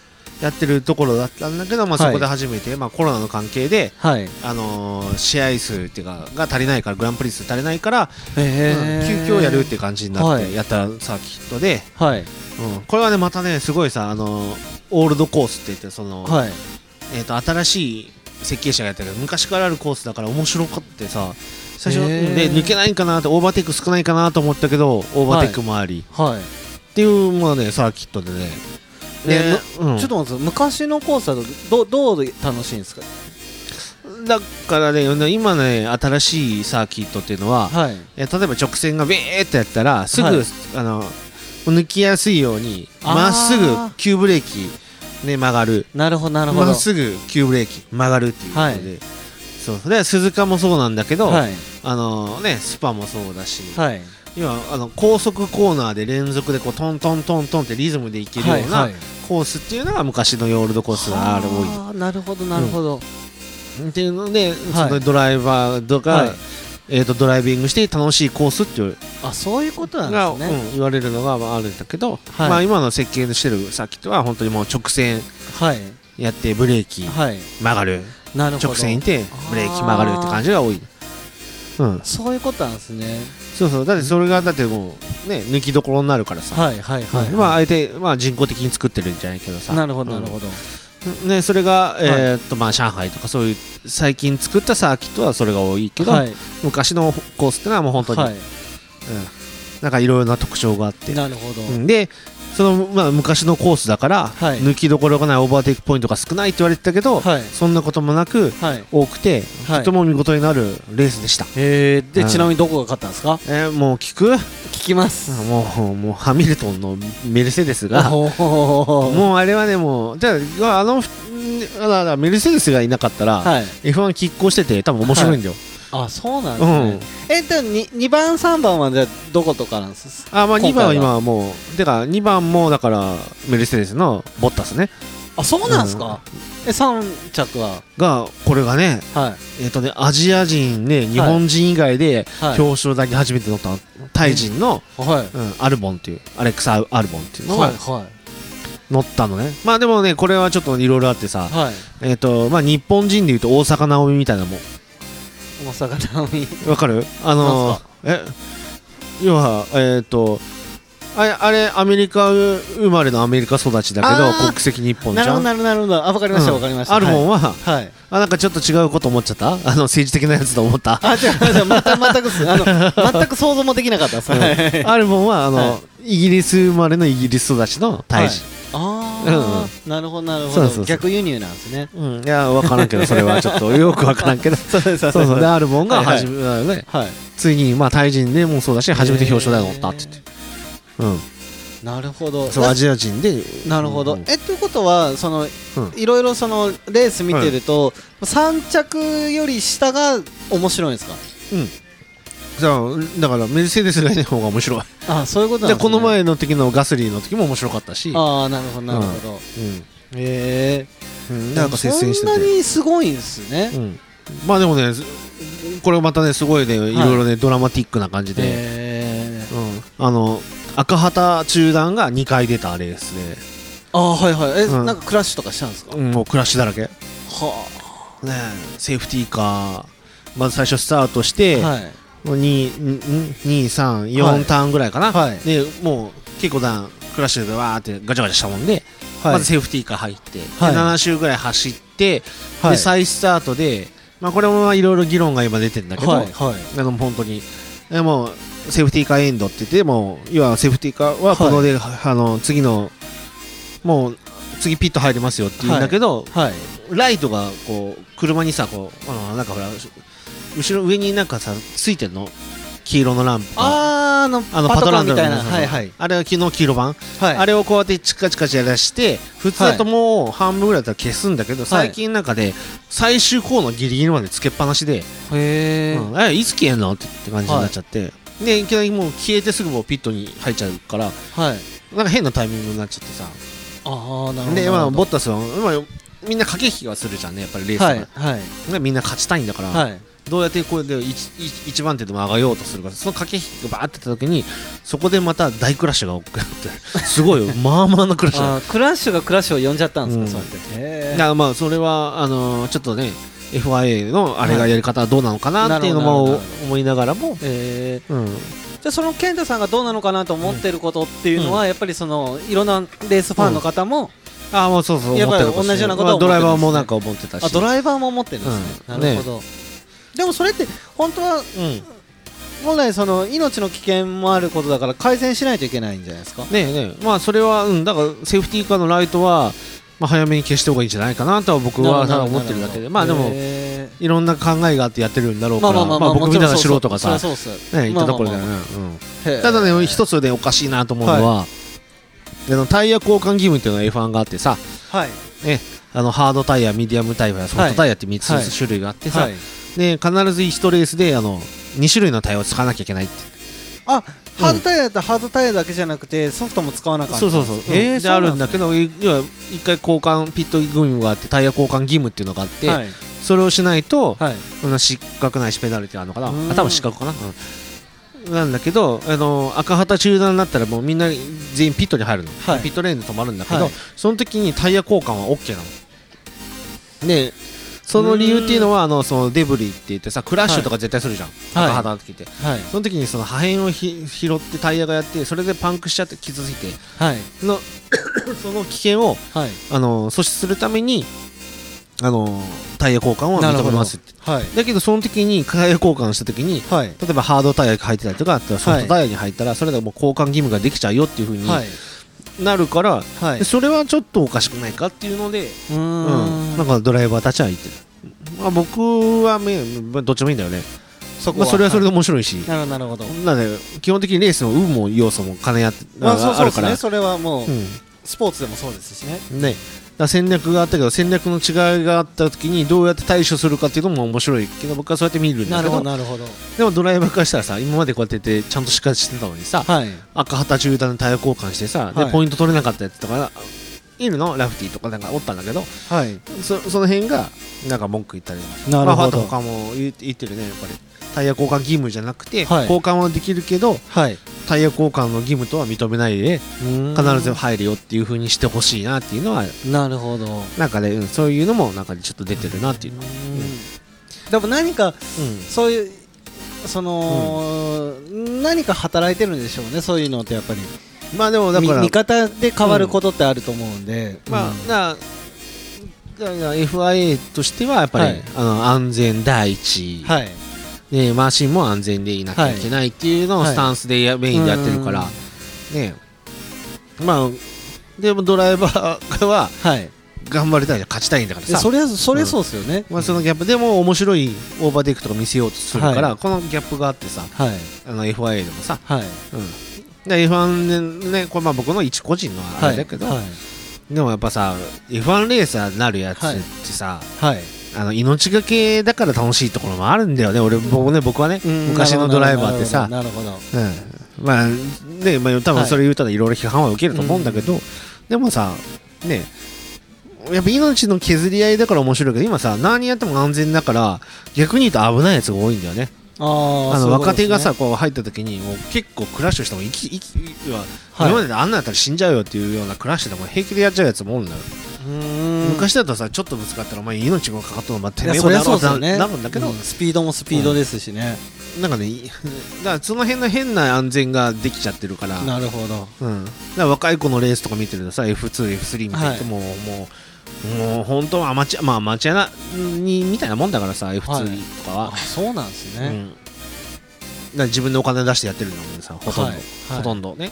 C: やってるところだったんだけど、まあ、
B: はい
C: そこで初めて、まあ、コロナの関係で、
B: はい
C: あのー試合数っていうかが足りないからグランプリ数足りないから、
B: え
C: うん急遽やるって感じになっ
B: は
C: て
B: い
C: やったサーキットで、
B: はい
C: うんこれはねまたねすごいさ、あのーオールドコースって言ってその、
B: はい
C: えーっと新しい設計者がやったけど昔からあるコースだから面白かってさ最初、
B: へー
C: で抜けないかなってオーバーテイク少ないかなと思ったけどオーバーテイクもあり、
B: はい
C: っていうまあねサーキットでね
B: ね
C: うん
B: ちょっと待ってください昔のコースだとどどう楽しいんですか
C: だからね今ね新しいサーキットっていうのは、
B: はい
C: え例えば直線がビーってやったらすぐ、
B: はい
C: あの抜きやすいように
B: あー
C: まっすぐ急ブレーキ、ね、曲がる
B: なるほどなるほど
C: まっすぐ急ブレーキ曲がるっていうので、そうで鈴鹿もそうなんだけど、
B: はい
C: あのね、スパもそうだし、
B: はい
C: 今あの高速コーナーで連続でこうトントントントンってリズムでいけるようなコースっていうのが昔のヨールドコースがある多い
B: あーなるほどなるほど、
C: っていうので、
B: はい
C: そのドライバーとか、
B: はい
C: えー、とドライビングして楽しいコースっていう
B: あそういうことな
C: が、
B: んですね、
C: うん言われるのがまああるんだけど、
B: はい
C: まあ、今の設計のしてるサーキットは本当にもう直線
B: はい
C: やってブレーキ
B: はい
C: 曲がる
B: なるほど
C: 直線いてブレーキ曲がるって感じが多い、うん、
B: そういうことなんですね
C: そうそうだってそれがだってもうね抜きどころになるからさ、
B: はいはいはい、
C: うんまあ、あえて、まあ、人工的に作ってるんじゃないけどさ
B: なるほどなるほど、
C: うんね、それが、えーっとまあ、上海とかそういう最近作ったサーキットはそれが多いけど、
B: はい
C: 昔のコースってのはもう本当に、
B: はい
C: うんなんかいろいろな特徴があって、
B: なるほど、
C: うんでその、まあ、昔のコースだから、
B: はい
C: 抜きどころがないオーバーテイクポイントが少ないって言われてたけど、
B: はい
C: そんなこともなく
B: はい
C: 多くて、
B: はい
C: とても見事になるレースでした。
B: えー、で、
C: はい
B: ちなみにどこが勝ったんですか
C: えーもう聞く
B: 聞きます
C: あもうもうハミルトンのメルセデスが
B: おー
C: もうあれはねもうじゃああのんあらあらメルセデスがいなかったら、
B: はい
C: F1 拮抗してて多分面白いんだよ、
B: あそうなんですね、えでも 2, 番3番はじゃあどことかなんです
C: あまあ
B: 今回
C: 2番
B: は
C: は今はもうてか2番もだからメルセデスのボッタスね
B: あそうなんですか、え3着は
C: がこれがね
B: はい
C: えっ、とねアジア人ね日本人以外で
B: はい
C: 表彰台に初めて乗ったのタイ人の、
B: はい
C: うんアルボンっていうアレックス・アルボンっていうの
B: はい
C: が
B: は
C: 乗ったのね、まあでもねこれはちょっといろいろあってさ
B: いはい
C: えっ、とまあ日本人でいうと大阪なおみみたいなもん
B: 大阪直美
C: わかるあのー、え要はえっ、とあれあれアメリカ生まれのアメリカ育ちだけ
B: あ
C: ど
B: ー
C: 国籍日本じ
B: なるほ
C: ゃ
B: ど
C: ん
B: なるほどなるほどあわかりました
C: うん
B: わかりました
C: アルボンは、
B: はい、はい
C: あなんかちょっと違うこと思っちゃったあの政治的なやつと思った
B: あ、違う、違う、また、全くっす、あの、全く想像もできなかったです。はい
C: アルボンは あの、
B: は
C: イギリス生まれのイギリス育ちのタイ人、
B: ああ、なるほど、なるほ
C: そうそうそ
B: ど、
C: う
B: 逆輸入なんですね。
C: うん、いや分からんけどそれはちょ っとよく分からんけど
B: そうです、
C: そうそうでアルボンが
B: はいはい
C: 初め、あのね
B: はい。
C: ついにまあタイ人でもそうだし初めて表彰台に乗ったって言って、
B: なるほど。
C: うん、そうアジア人で
B: ななるほ
C: う
B: ど
C: ん。
B: え、ということは、その、
C: うん
B: いろいろそのレース見てると、三着より下が面白いんですか。
C: じゃあだからメルセデスがいない方が面白い
B: あ、そういうことなん
C: で
B: です、
C: こ
B: ね。
C: の。前の時のガスリーの時も面白かったし、
B: ああ、なるほど、なるほど。
C: うん
B: え
C: うん、
B: え。
C: なんか接戦して
B: そんな
C: て、
B: にすごいんですね。
C: うん、まあでもねずこれまたねすごいねいろいろね、ドラマティックな感じで、
B: ええ。
C: うん、あの赤旗中断が2回出たレース
B: ああ、はいはい、え、
C: うん
B: なんかクラッシュとかしたんですか。
C: で、もうクラッシュだらけ、ね
B: は
C: え、セーフティーカーまず最初スタートして、
B: あ。はい。はい
C: 234ターンぐらいかな、
B: はい
C: でもう結構だクラッシュでわーってガチャガチャしたもんで、
B: はい
C: まずセーフティーカー入って、で
B: はい
C: 7周ぐらい走って、
B: はい
C: で再スタートで、まあ、これもまあいろいろ議論が今出てるんだけど、
B: はいはい
C: あの本当にでもうセーフティーカーエンドって言ってもう要はセーフティーカーはこので、あの次のもう次ピット入りますよって言うんだけど、
B: はい
C: ライトがこう車にさこうあのなんかほら後ろ上になんかさついてんの黄色のランプが
B: あーあの
C: あの
B: パトカーみ
C: パト
B: たい
C: ラン
B: な
C: ドの
B: はいはい
C: あれは昨日黄色版、
B: はい
C: あれをこうやってチカチカチやらして普通だともう半分ぐらいだったら消すんだけど、最近なんかで最終コーナーギリギリまでつけっぱなしで、
B: へえ、
C: うんえいつ消えんのってって感じになっちゃって、でいきなりもう消えてすぐもうピットに入っちゃうから
B: はい
C: なんか変なタイミングになっちゃってさ
B: ああなるほど
C: で、まあ、ボ
B: ボ
C: ッタスは、まあ、みんな駆け引きはするじゃんねやっぱりレース
B: は
C: はい
B: はい
C: ねみんな勝ちたいんだから、
B: はい
C: どうやってこれで 1, 一一番手でも上がようとするからその駆け引きがバーってやった時にそこでまた大クラッシュが起こってすご いよまあまあなクラッシュだ
B: あークラッシュがクラッシュを呼んじゃったんですか、
C: うん
B: そうやって
C: だ
B: へ
C: からまあそれはあのーちょっとね FIA のあれがやり方はどうなのかなっていうの
B: はいなるほどなる
C: も
B: ほ
C: 思いながらも、
B: えー、
C: うん、
B: じゃあその健太さんがどうなのかなと思ってることっていうのは、やっぱりそのいろんなレースファンの方も、
C: ああもうそうそう
B: やっぱり
C: 思ってるかもしれ
B: 同じようなことは
C: まあ
B: 思って
C: ド
B: るん
C: ラ
B: ですね
C: イバーもなんか思ってたし
B: あドライバーも思ってるんですね、
C: うん
B: なるほど、でもそれって本当は
C: うんね
B: 本来その命の危険もあることだから改善しないといけないんじゃないですか
C: えねえまあそれはうんだからセーフティーカーのライトはまあ早めに消した方がいいんじゃないかなとは僕はただ思ってるだけでまあでも
B: へー
C: いろんな考えがあってやってるんだろう
B: ま
C: か
B: あま
C: ら
B: あまあま
C: ま
B: あ
C: あ僕みたいな素人
B: か
C: がさ
B: そうそうそう
C: ね言ったところだよ
B: まあ
C: ね
B: ま
C: うん
B: あまあへー
C: ただね一つでおかしいなと思うのはあのタイヤ交換義務っていうのは F1 があってさ
B: はい
C: ねあのハードタイヤミディアムタイヤソフトタイヤって3
B: はい
C: つ種類があって
B: は
C: さ
B: い
C: で必ず1レースであの2種類のタイヤを使わなきゃいけないって
B: あハードタイヤだったらハードタイヤだけじゃなくてソフトも使わなかった
C: そうそうそう、
B: えー
C: であるんだけ
B: ど
C: どい要は一回交換ピット義務があってタイヤ交換義務っていうのがあって、
B: はい
C: それをしないと、
B: はい
C: そんな失格ないしペナルティあるのかな
B: うん
C: あ多分失格かな、うんなんだけどあの赤旗中断になったらもうみんな全員ピットに入るの、
B: はい
C: ピットレーンで止まるんだけど、
B: はい
C: その時にタイヤ交換は OK なのでその理由っていうのはあのそのデブリって言ってさクラッシュとか絶対するじゃん、
B: はい
C: 赤旗の時って
B: はい
C: その時にその破片をひ拾ってタイヤがやってそれでパンクしちゃって傷ついて
B: はい
C: のその危険を
B: はい
C: あの阻止するためにあのタイヤ交換を
B: なる
C: 認
B: ほ
C: め
B: ど
C: ますって
B: はい
C: だけどその時にタイヤ交換した時に
B: はい
C: 例えばハードタイヤが入ってたりとかソフトタイヤに入ったらそれでもう交換義務ができちゃうよっていうふうに
B: はい
C: なるから、
B: はい
C: でそれはちょっとおかしくないかっていうので、
B: うー
C: うん
B: ん
C: なんかドライバーたちは言ってる、まあ、僕は、ね、まあどっちもいいんだよね
B: そ
C: まあ、それはそれで
B: で
C: 面白いし、
B: なるほどなるほど
C: なので基本的にレースの運も要素も兼ね合って、
B: まあそう
C: あ
B: そうで
C: る
B: す
C: から
B: ねそれはもう
C: うん
B: スポーツでもそうですしね
C: ね、だから戦略があったけど戦略の違いがあった時にどうやって対処するかっていうのも面白いけど僕はそうやって見るんだ
B: なる
C: け
B: ほ
C: ど
B: どなるほど
C: でもドライバーからしたらさ今までこうやっててちゃんとしっかりしてたのにさ
B: はい
C: 赤旗中段でタイヤ交換してさ、
B: は
C: で
B: い
C: ポイント取れなかったやつとかいるのラフティーとかなんかおったんだけど
B: はい
C: そその辺がなんか文句言ったり
B: なる
C: まあ
B: ほ
C: ファ
B: ど
C: ンとかも言って言ってるねやっぱりタイヤ交換義務じゃなくて、
B: はい
C: 交換はできるけど
B: はい
C: タイヤ交換の義務とは認めないで必
B: 必
C: ず入るよっていう風にしてほしいなっていうのは
B: なるほど
C: なんかね、うんそういうのもなんかちょっと出てるなっていうのは、
B: でも何か
C: うん
B: そういうその、何か働いてるんでしょうねそういうのってやっぱり
C: まあでもだから
B: 見見方で変わることってあると思うんで、
C: まあ
B: うん
C: なだから FIA としてはやっぱり、
B: はい
C: あの安全第一、
B: はい
C: ね、マシンも安全でいなきゃいけないっていうのを
B: はい
C: スタンスでやメインでやってるから、ねまあでもドライバーは
B: はい
C: 頑張りたいじゃん勝ちたいんだから
B: で
C: さ
B: それはそれそうですよね、
C: まあ、そのギャップでも面白いオーバーテイクとか見せようとするから、
B: は
C: このギャップがあってさ
B: はい
C: あの FIA でもさ、
B: はい
C: うん、で F1 でねこれまあ僕の一個人のあ
B: は
C: れ
B: い
C: だけど、
B: はい
C: でもやっぱさ F1 レーサーになるやつってさ、
B: はい
C: あの命がけだから楽しいところもあるんだよね俺僕ね僕はね、昔のドライバーってさ、
B: なるほどなる
C: うん、まあねまあ多分それ言うたらいろいろ批判は受けると思うんだけど、でもさねやっぱ命の削り合いだから面白いけど今さ何やっても安全だから逆に言うと危ないやつが多いんだよね
B: ほどあー
C: あ
B: そう
C: の
B: いうこと
C: 若手が
B: ですね
C: さこう入った時にもう結構クラッシュしても生き生き要は
B: はい
C: 今までであんなんやったら死んじゃうよっていうようなクラッシュでも平気でやっちゃうやつもおるんだよ、
B: うーん
C: 昔だとさちょっとぶつかったらお前命がかかったのま
B: い
C: て
B: や
C: めえ
B: そ
C: こ
B: れ
C: だ
B: はそ
C: ろ
B: う
C: う
B: ですよね
C: ってなるんだけど、
B: うんスピードもスピードですしね、
C: なんかねいだからその辺の変な安全ができちゃってるから
B: なるほど
C: うん、だから若い子のレースとか見てるとさ F2、F3 みたいな人も、もうもう本当はアマチュア、まあ、アマチュアなにみたいなもんだからさ F2 とかは、
B: あそうなんです
C: う
B: ね、
C: んだから自分でお金出してやってるんだもんねさほとんど、
B: はいはい
C: ほとんどね、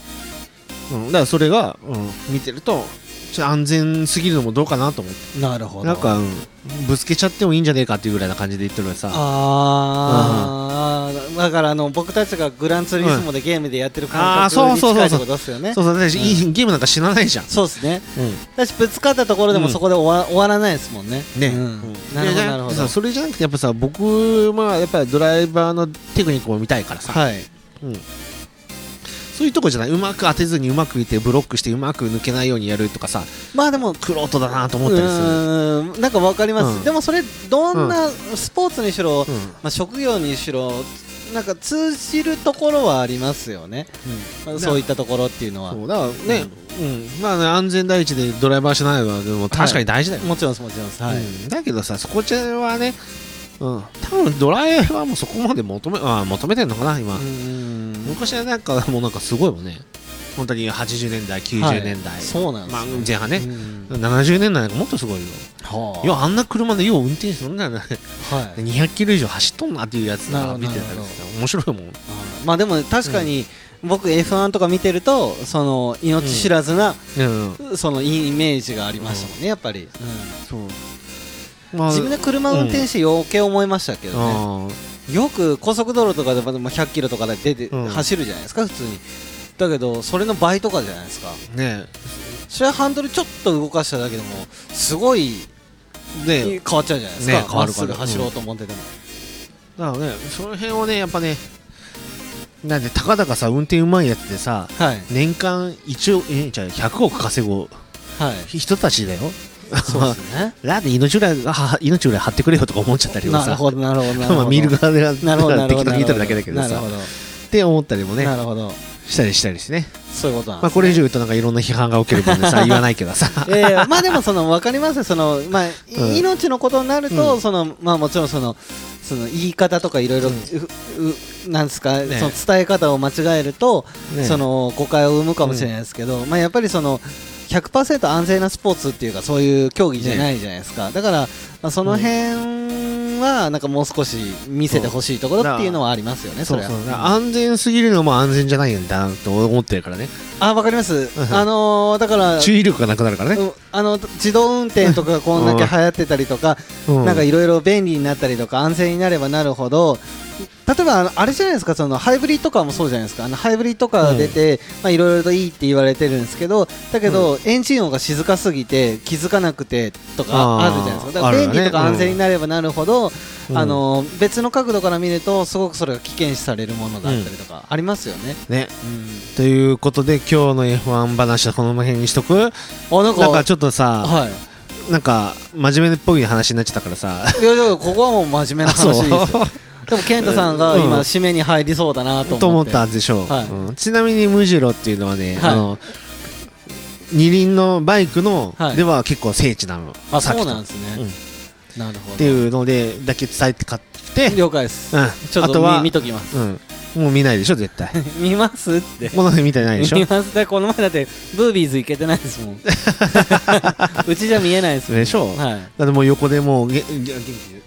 C: うん、だからそれが、うん、見てるとちょっと安全すぎるのもどうかなと思って
B: なるほど
C: なんか、うんぶつけちゃってもいいんじゃねえかっていうぐらいな感じで言ってるからさ
B: あー、だからあの僕たちがグランツーリスモでゲームでやってる感
C: うんあ
B: 覚
C: ー
B: に
C: そうそ
B: 近いうって
C: うそそう
B: ことですよね
C: そうそうだって、いいゲームなんか死なないじゃん、
B: そうですね
C: うん
B: だしぶつかったところでも
C: うん
B: そこで終わ,、終わらないですもんね
C: ね、
B: うん
C: うん
B: なるほ
C: いや
B: ど
C: じゃ
B: なるほど
C: さそれじゃなくてやっぱさ僕はやっぱりドライバーのテクニックも見たいからさ、
B: はい
C: うん、そういうとこじゃないうまく当てずにうまくいてブロックしてうまく抜けないようにやるとかさ
B: まあでも
C: クロートだなと
B: う
C: 思ったりする、うん
B: ーんなんかわかります、
C: うん
B: でもそれどんなスポーツにしろ、まあ、職業にしろなんか通じるところはありますよね、そういったところっていうのは
C: そうだからね、うんまあね安全第一でドライバーしないのはでも確かに大事だよ、
B: もちろんですもちろんです、はい
C: うんだけどさそこじゃはね、うん、多分ドライバーもそこまで求めあ求めてんのかな今、
B: うーん
C: 昔はなんかもうなんかすごいもんね本当に80年代90年代、
B: はいそうなんです
C: まあ
B: ね、、
C: 前半ね、
B: うん
C: 70年代なんかもっとすごいよ
B: はい
C: やあんな車でよう運転するんだよね
B: あはい
C: 200キロ以上走っとんなっていうやつ
B: なるほ
C: が
B: ど
C: 見てたりして面白いもん、うん、
B: まあでも確かに僕 F1 とか見てるとその命知らずなそのイメージがありましたもんねやっぱり、うん
C: そうまあ
B: 自分で車運転して余計思いましたけどね、
C: あ
B: よく高速道路とかでまあ100キロとかで出て、
C: うん
B: 走るじゃないですか普通にだけどそれの倍とかじゃないですか
C: ーね
B: それはハンドルちょっと動かしただけでもすごい
C: えね
B: 変
C: え
B: わっちゃうじゃないですか、
C: ね変
B: ま
C: わる
B: っすぐ
C: 変わる
B: 走ろうと思ってても、
C: だからねその辺をねやっぱねなんでたかだかさ運転うまいやつでさ
B: はい
C: 年間1億えじゃあ100億稼ぐ
B: はい
C: 人たちだよ
B: そう ですね
C: なんで命ぐらいは 命ぐらい張ってくれよとか思っちゃったりも
B: なる
C: さ
B: ほどなるほどなるほど
C: まあ見る側で
B: なるほどなるほど
C: 適当に見てるだけだけど
B: なる
C: さ
B: ほど
C: って思ったりもね
B: なるほど
C: したりしたりしてね
B: そういうことなん
C: ま
B: で
C: あ
B: す
C: これ以上言うとなんかいろんな批判が起きるもんでさ言わないけどさ
B: ええまあでもその分かりますよそのまあ、い
C: うん
B: 命のことになると、
C: うん
B: そのまあもちろんそのその言い方とかいろいろなんですか、
C: ね
B: その伝え方を間違えると、
C: ね
B: その誤解を生むかもしれないですけど、まあやっぱりその100%安全なスポーツっていうかそういう競技じゃないじゃないですか、だから、まあ、その辺辺はなんかもう少し見せてほしいところっていうのはありますよね、そ
C: そう
B: れは
C: そう安全すぎるのも安全じゃないんだなと思ってるからね
B: あわかります
C: うん
B: あのーだから
C: 注意力がなくなるからね、
B: うんあの自動運転とかがこんだけ流行ってたりとか、
C: う
B: なんかいろいろ便利になったりとか安全になればなるほど例えばあのあれじゃないですかそのハイブリッドカーもそうじゃないですかあのハイブリッドカーが出てまあいろいろといいって言われてるんですけどだけど、エンジン音が静かすぎて気づかなくてとかあ
C: あー
B: るじゃないですかだから
C: あるよ
B: 便
C: ね
B: 利とか安全になればなるほど、
C: うん
B: あの別の角度から見るとすごくそれが危険視されるものだったりとかありますよね。
C: ね
B: うん
C: ということで今日の F1 話はこの辺にしと
B: あ
C: く
B: なんか
C: なんかちょっとさ
B: はい
C: なんか真面目っぽい話になっちゃったからさ
B: いやいやここはもう真面目な話ですよ
C: あそう
B: でも健太さんが
C: うん
B: 今締めに入りそうだなと思って
C: と思ったんでしょう、
B: はい
C: うんちなみにムジロっていうのはね、
B: はい
C: あの二輪のバイクの、
B: はい
C: では結構聖地なの
B: あ
C: さっき
B: そ
C: と
B: うなんですね、なるほど
C: っていうのでだけ伝えて買って、うん、
B: 了解ですちょっ
C: あ
B: と
C: と
B: 見
C: は
B: 見ときます
C: うん、もう見ないでしょ絶対
B: 見ますって
C: この辺見てないでしょ
B: 見ますだってこの前だってブービーズ行けてない ですもんうちじゃ見えないですもん
C: でしょ
B: はい
C: だってもう横でもうげげ元気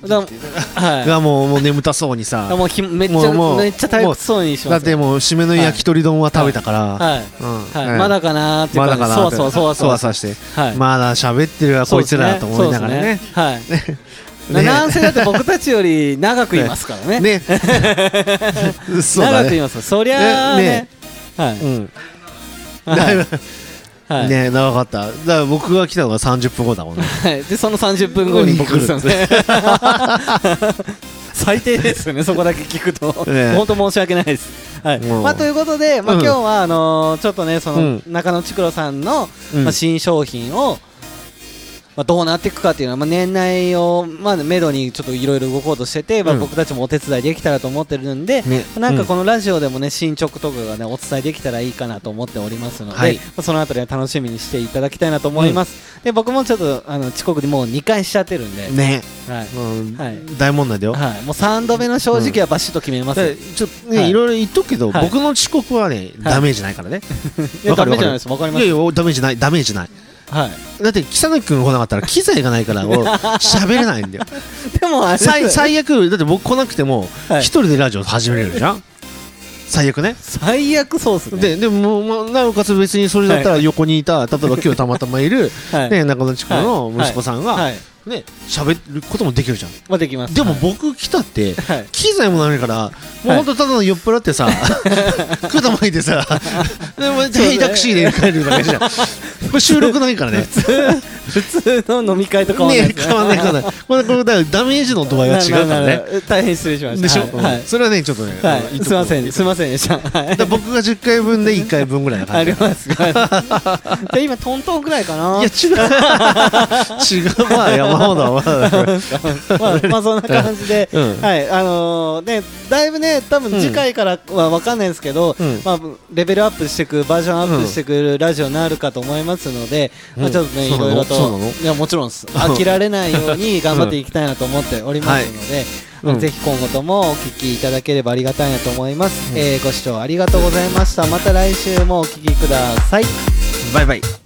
B: だ
C: 元気
B: はい
C: がもうもう眠たそうに
B: だ
C: さ
B: もうひめっち
C: も
B: ゃ
C: うもう
B: めっちゃ退屈そうにし
C: だ
B: ま
C: っ
B: す
C: てもう締めの焼き鳥丼は食べたから、
B: はい
C: うん
B: はいまだかなーっていう
C: ま
B: 感
C: だ
B: じ
C: か
B: そわ
C: な
B: そわそわそわ
C: そわして、
B: はい
C: まだ喋ってるわこいつらと思いながらね
B: そうですねはい
C: ね
B: なんせだって僕たちより長くいますからね。
C: ね そうだ
B: 長くい
C: ね
B: ます。そりゃあね
C: ね。
B: は
C: うん
B: い。
C: だいぶ
B: はい。
C: ね長かっただから僕が来たのが30分後だもんね
B: はい。で、その30分後に僕ですよね。 最低ですよね、そこだけ聞くと。
C: ね
B: 本当申し訳ないです。はい。
C: もう
B: まあ、ということで、まあ、
C: うん
B: 今日は、あのー、ちょっとね、そうの
C: ん、
B: 中野ちくろさんの、
C: うん
B: まあ、新商品を、まあ、どうなっていくかっていうのは、まあ、年内を、まあ、めどにちょっといろいろ動こうとしてて、まあ、
C: うん
B: 僕たちもお手伝いできたらと思ってるんで、
C: ね
B: なんかこのラジオでもね進捗とかがねお伝えできたらいいかなと思っておりますので、
C: はい
B: まあそのあたりは楽しみにしていただきたいなと思います、で僕もちょっとあの遅刻でもう2回しちゃってるんで、
C: ね
B: はい
C: うん
B: はい
C: 大問題だよ
B: はい、もう3度目の正直はバシッと決めます、
C: だからちょっとね、
B: はい
C: い、ろいろ言っとくけど、
B: はい
C: 僕の遅刻はねダメージないからね、
B: いや
C: わ
B: ダ
C: かる
B: メじゃ
C: わかる
B: ないですわかり
C: い、
B: ま
C: や
B: す
C: いやダメージないダメージない
B: はい
C: だって木更木君来なかったら機材がないか ら俺喋れないんだよ
B: でもあれ
C: 最最悪だって僕来なくても一、
B: はい
C: 人でラジオ始めれるじゃん最悪ね
B: 最悪そうっすね
C: ででも、まあ、なおかつ別にそれだったら横にいた、例えば今日たまたまいる、
B: はい
C: ね、中野地区の息子さん
B: は
C: が
B: い、
C: ね喋ることもできるじゃん、
B: まあ、できます
C: でも
B: はい
C: 僕来たって、
B: はい
C: 機材もないからもうほんとただの酔っ払ってさくだまいてさでも
B: そうね
C: ヘイタクシーで帰るだけじゃんもう収録ないからね
B: 普通普通の飲み会と変わらない
C: ね変わんない変わんないこれこれだからダメージの度合いは違うから
B: なるほど
C: ね
B: なるほど大変失礼しました
C: でしょ、
B: はい、はい
C: それはねちょっとね、
B: はい
C: あの言っ
B: す
C: とこう
B: いませんすいませんでした、はい
C: だから僕が10回分で1回分ぐらいな
B: あ
C: 感じ
B: ります か。で今トントンぐらいかな。
C: いや違 う違うまあ山ほどはまだ
B: ま あまあそんな感じで、
C: うん
B: はいあのーねだいぶね多分次回からはわかんないですけど、
C: うん
B: まあレベルアップしていくバージョンアップしてくるラジオになるかと思いますので、
C: うん
B: まあちょっとねい
C: そうなの
B: ろいろ
C: そうな
B: と
C: の
B: いやもちろんです飽きられないように頑張っていきたいなと思っておりますので。
C: うん
B: ぜひ今後ともお聞きいただければありがたいなと思います、えーご視聴ありがとうございましたまた来週もお聞きください
C: バイバイ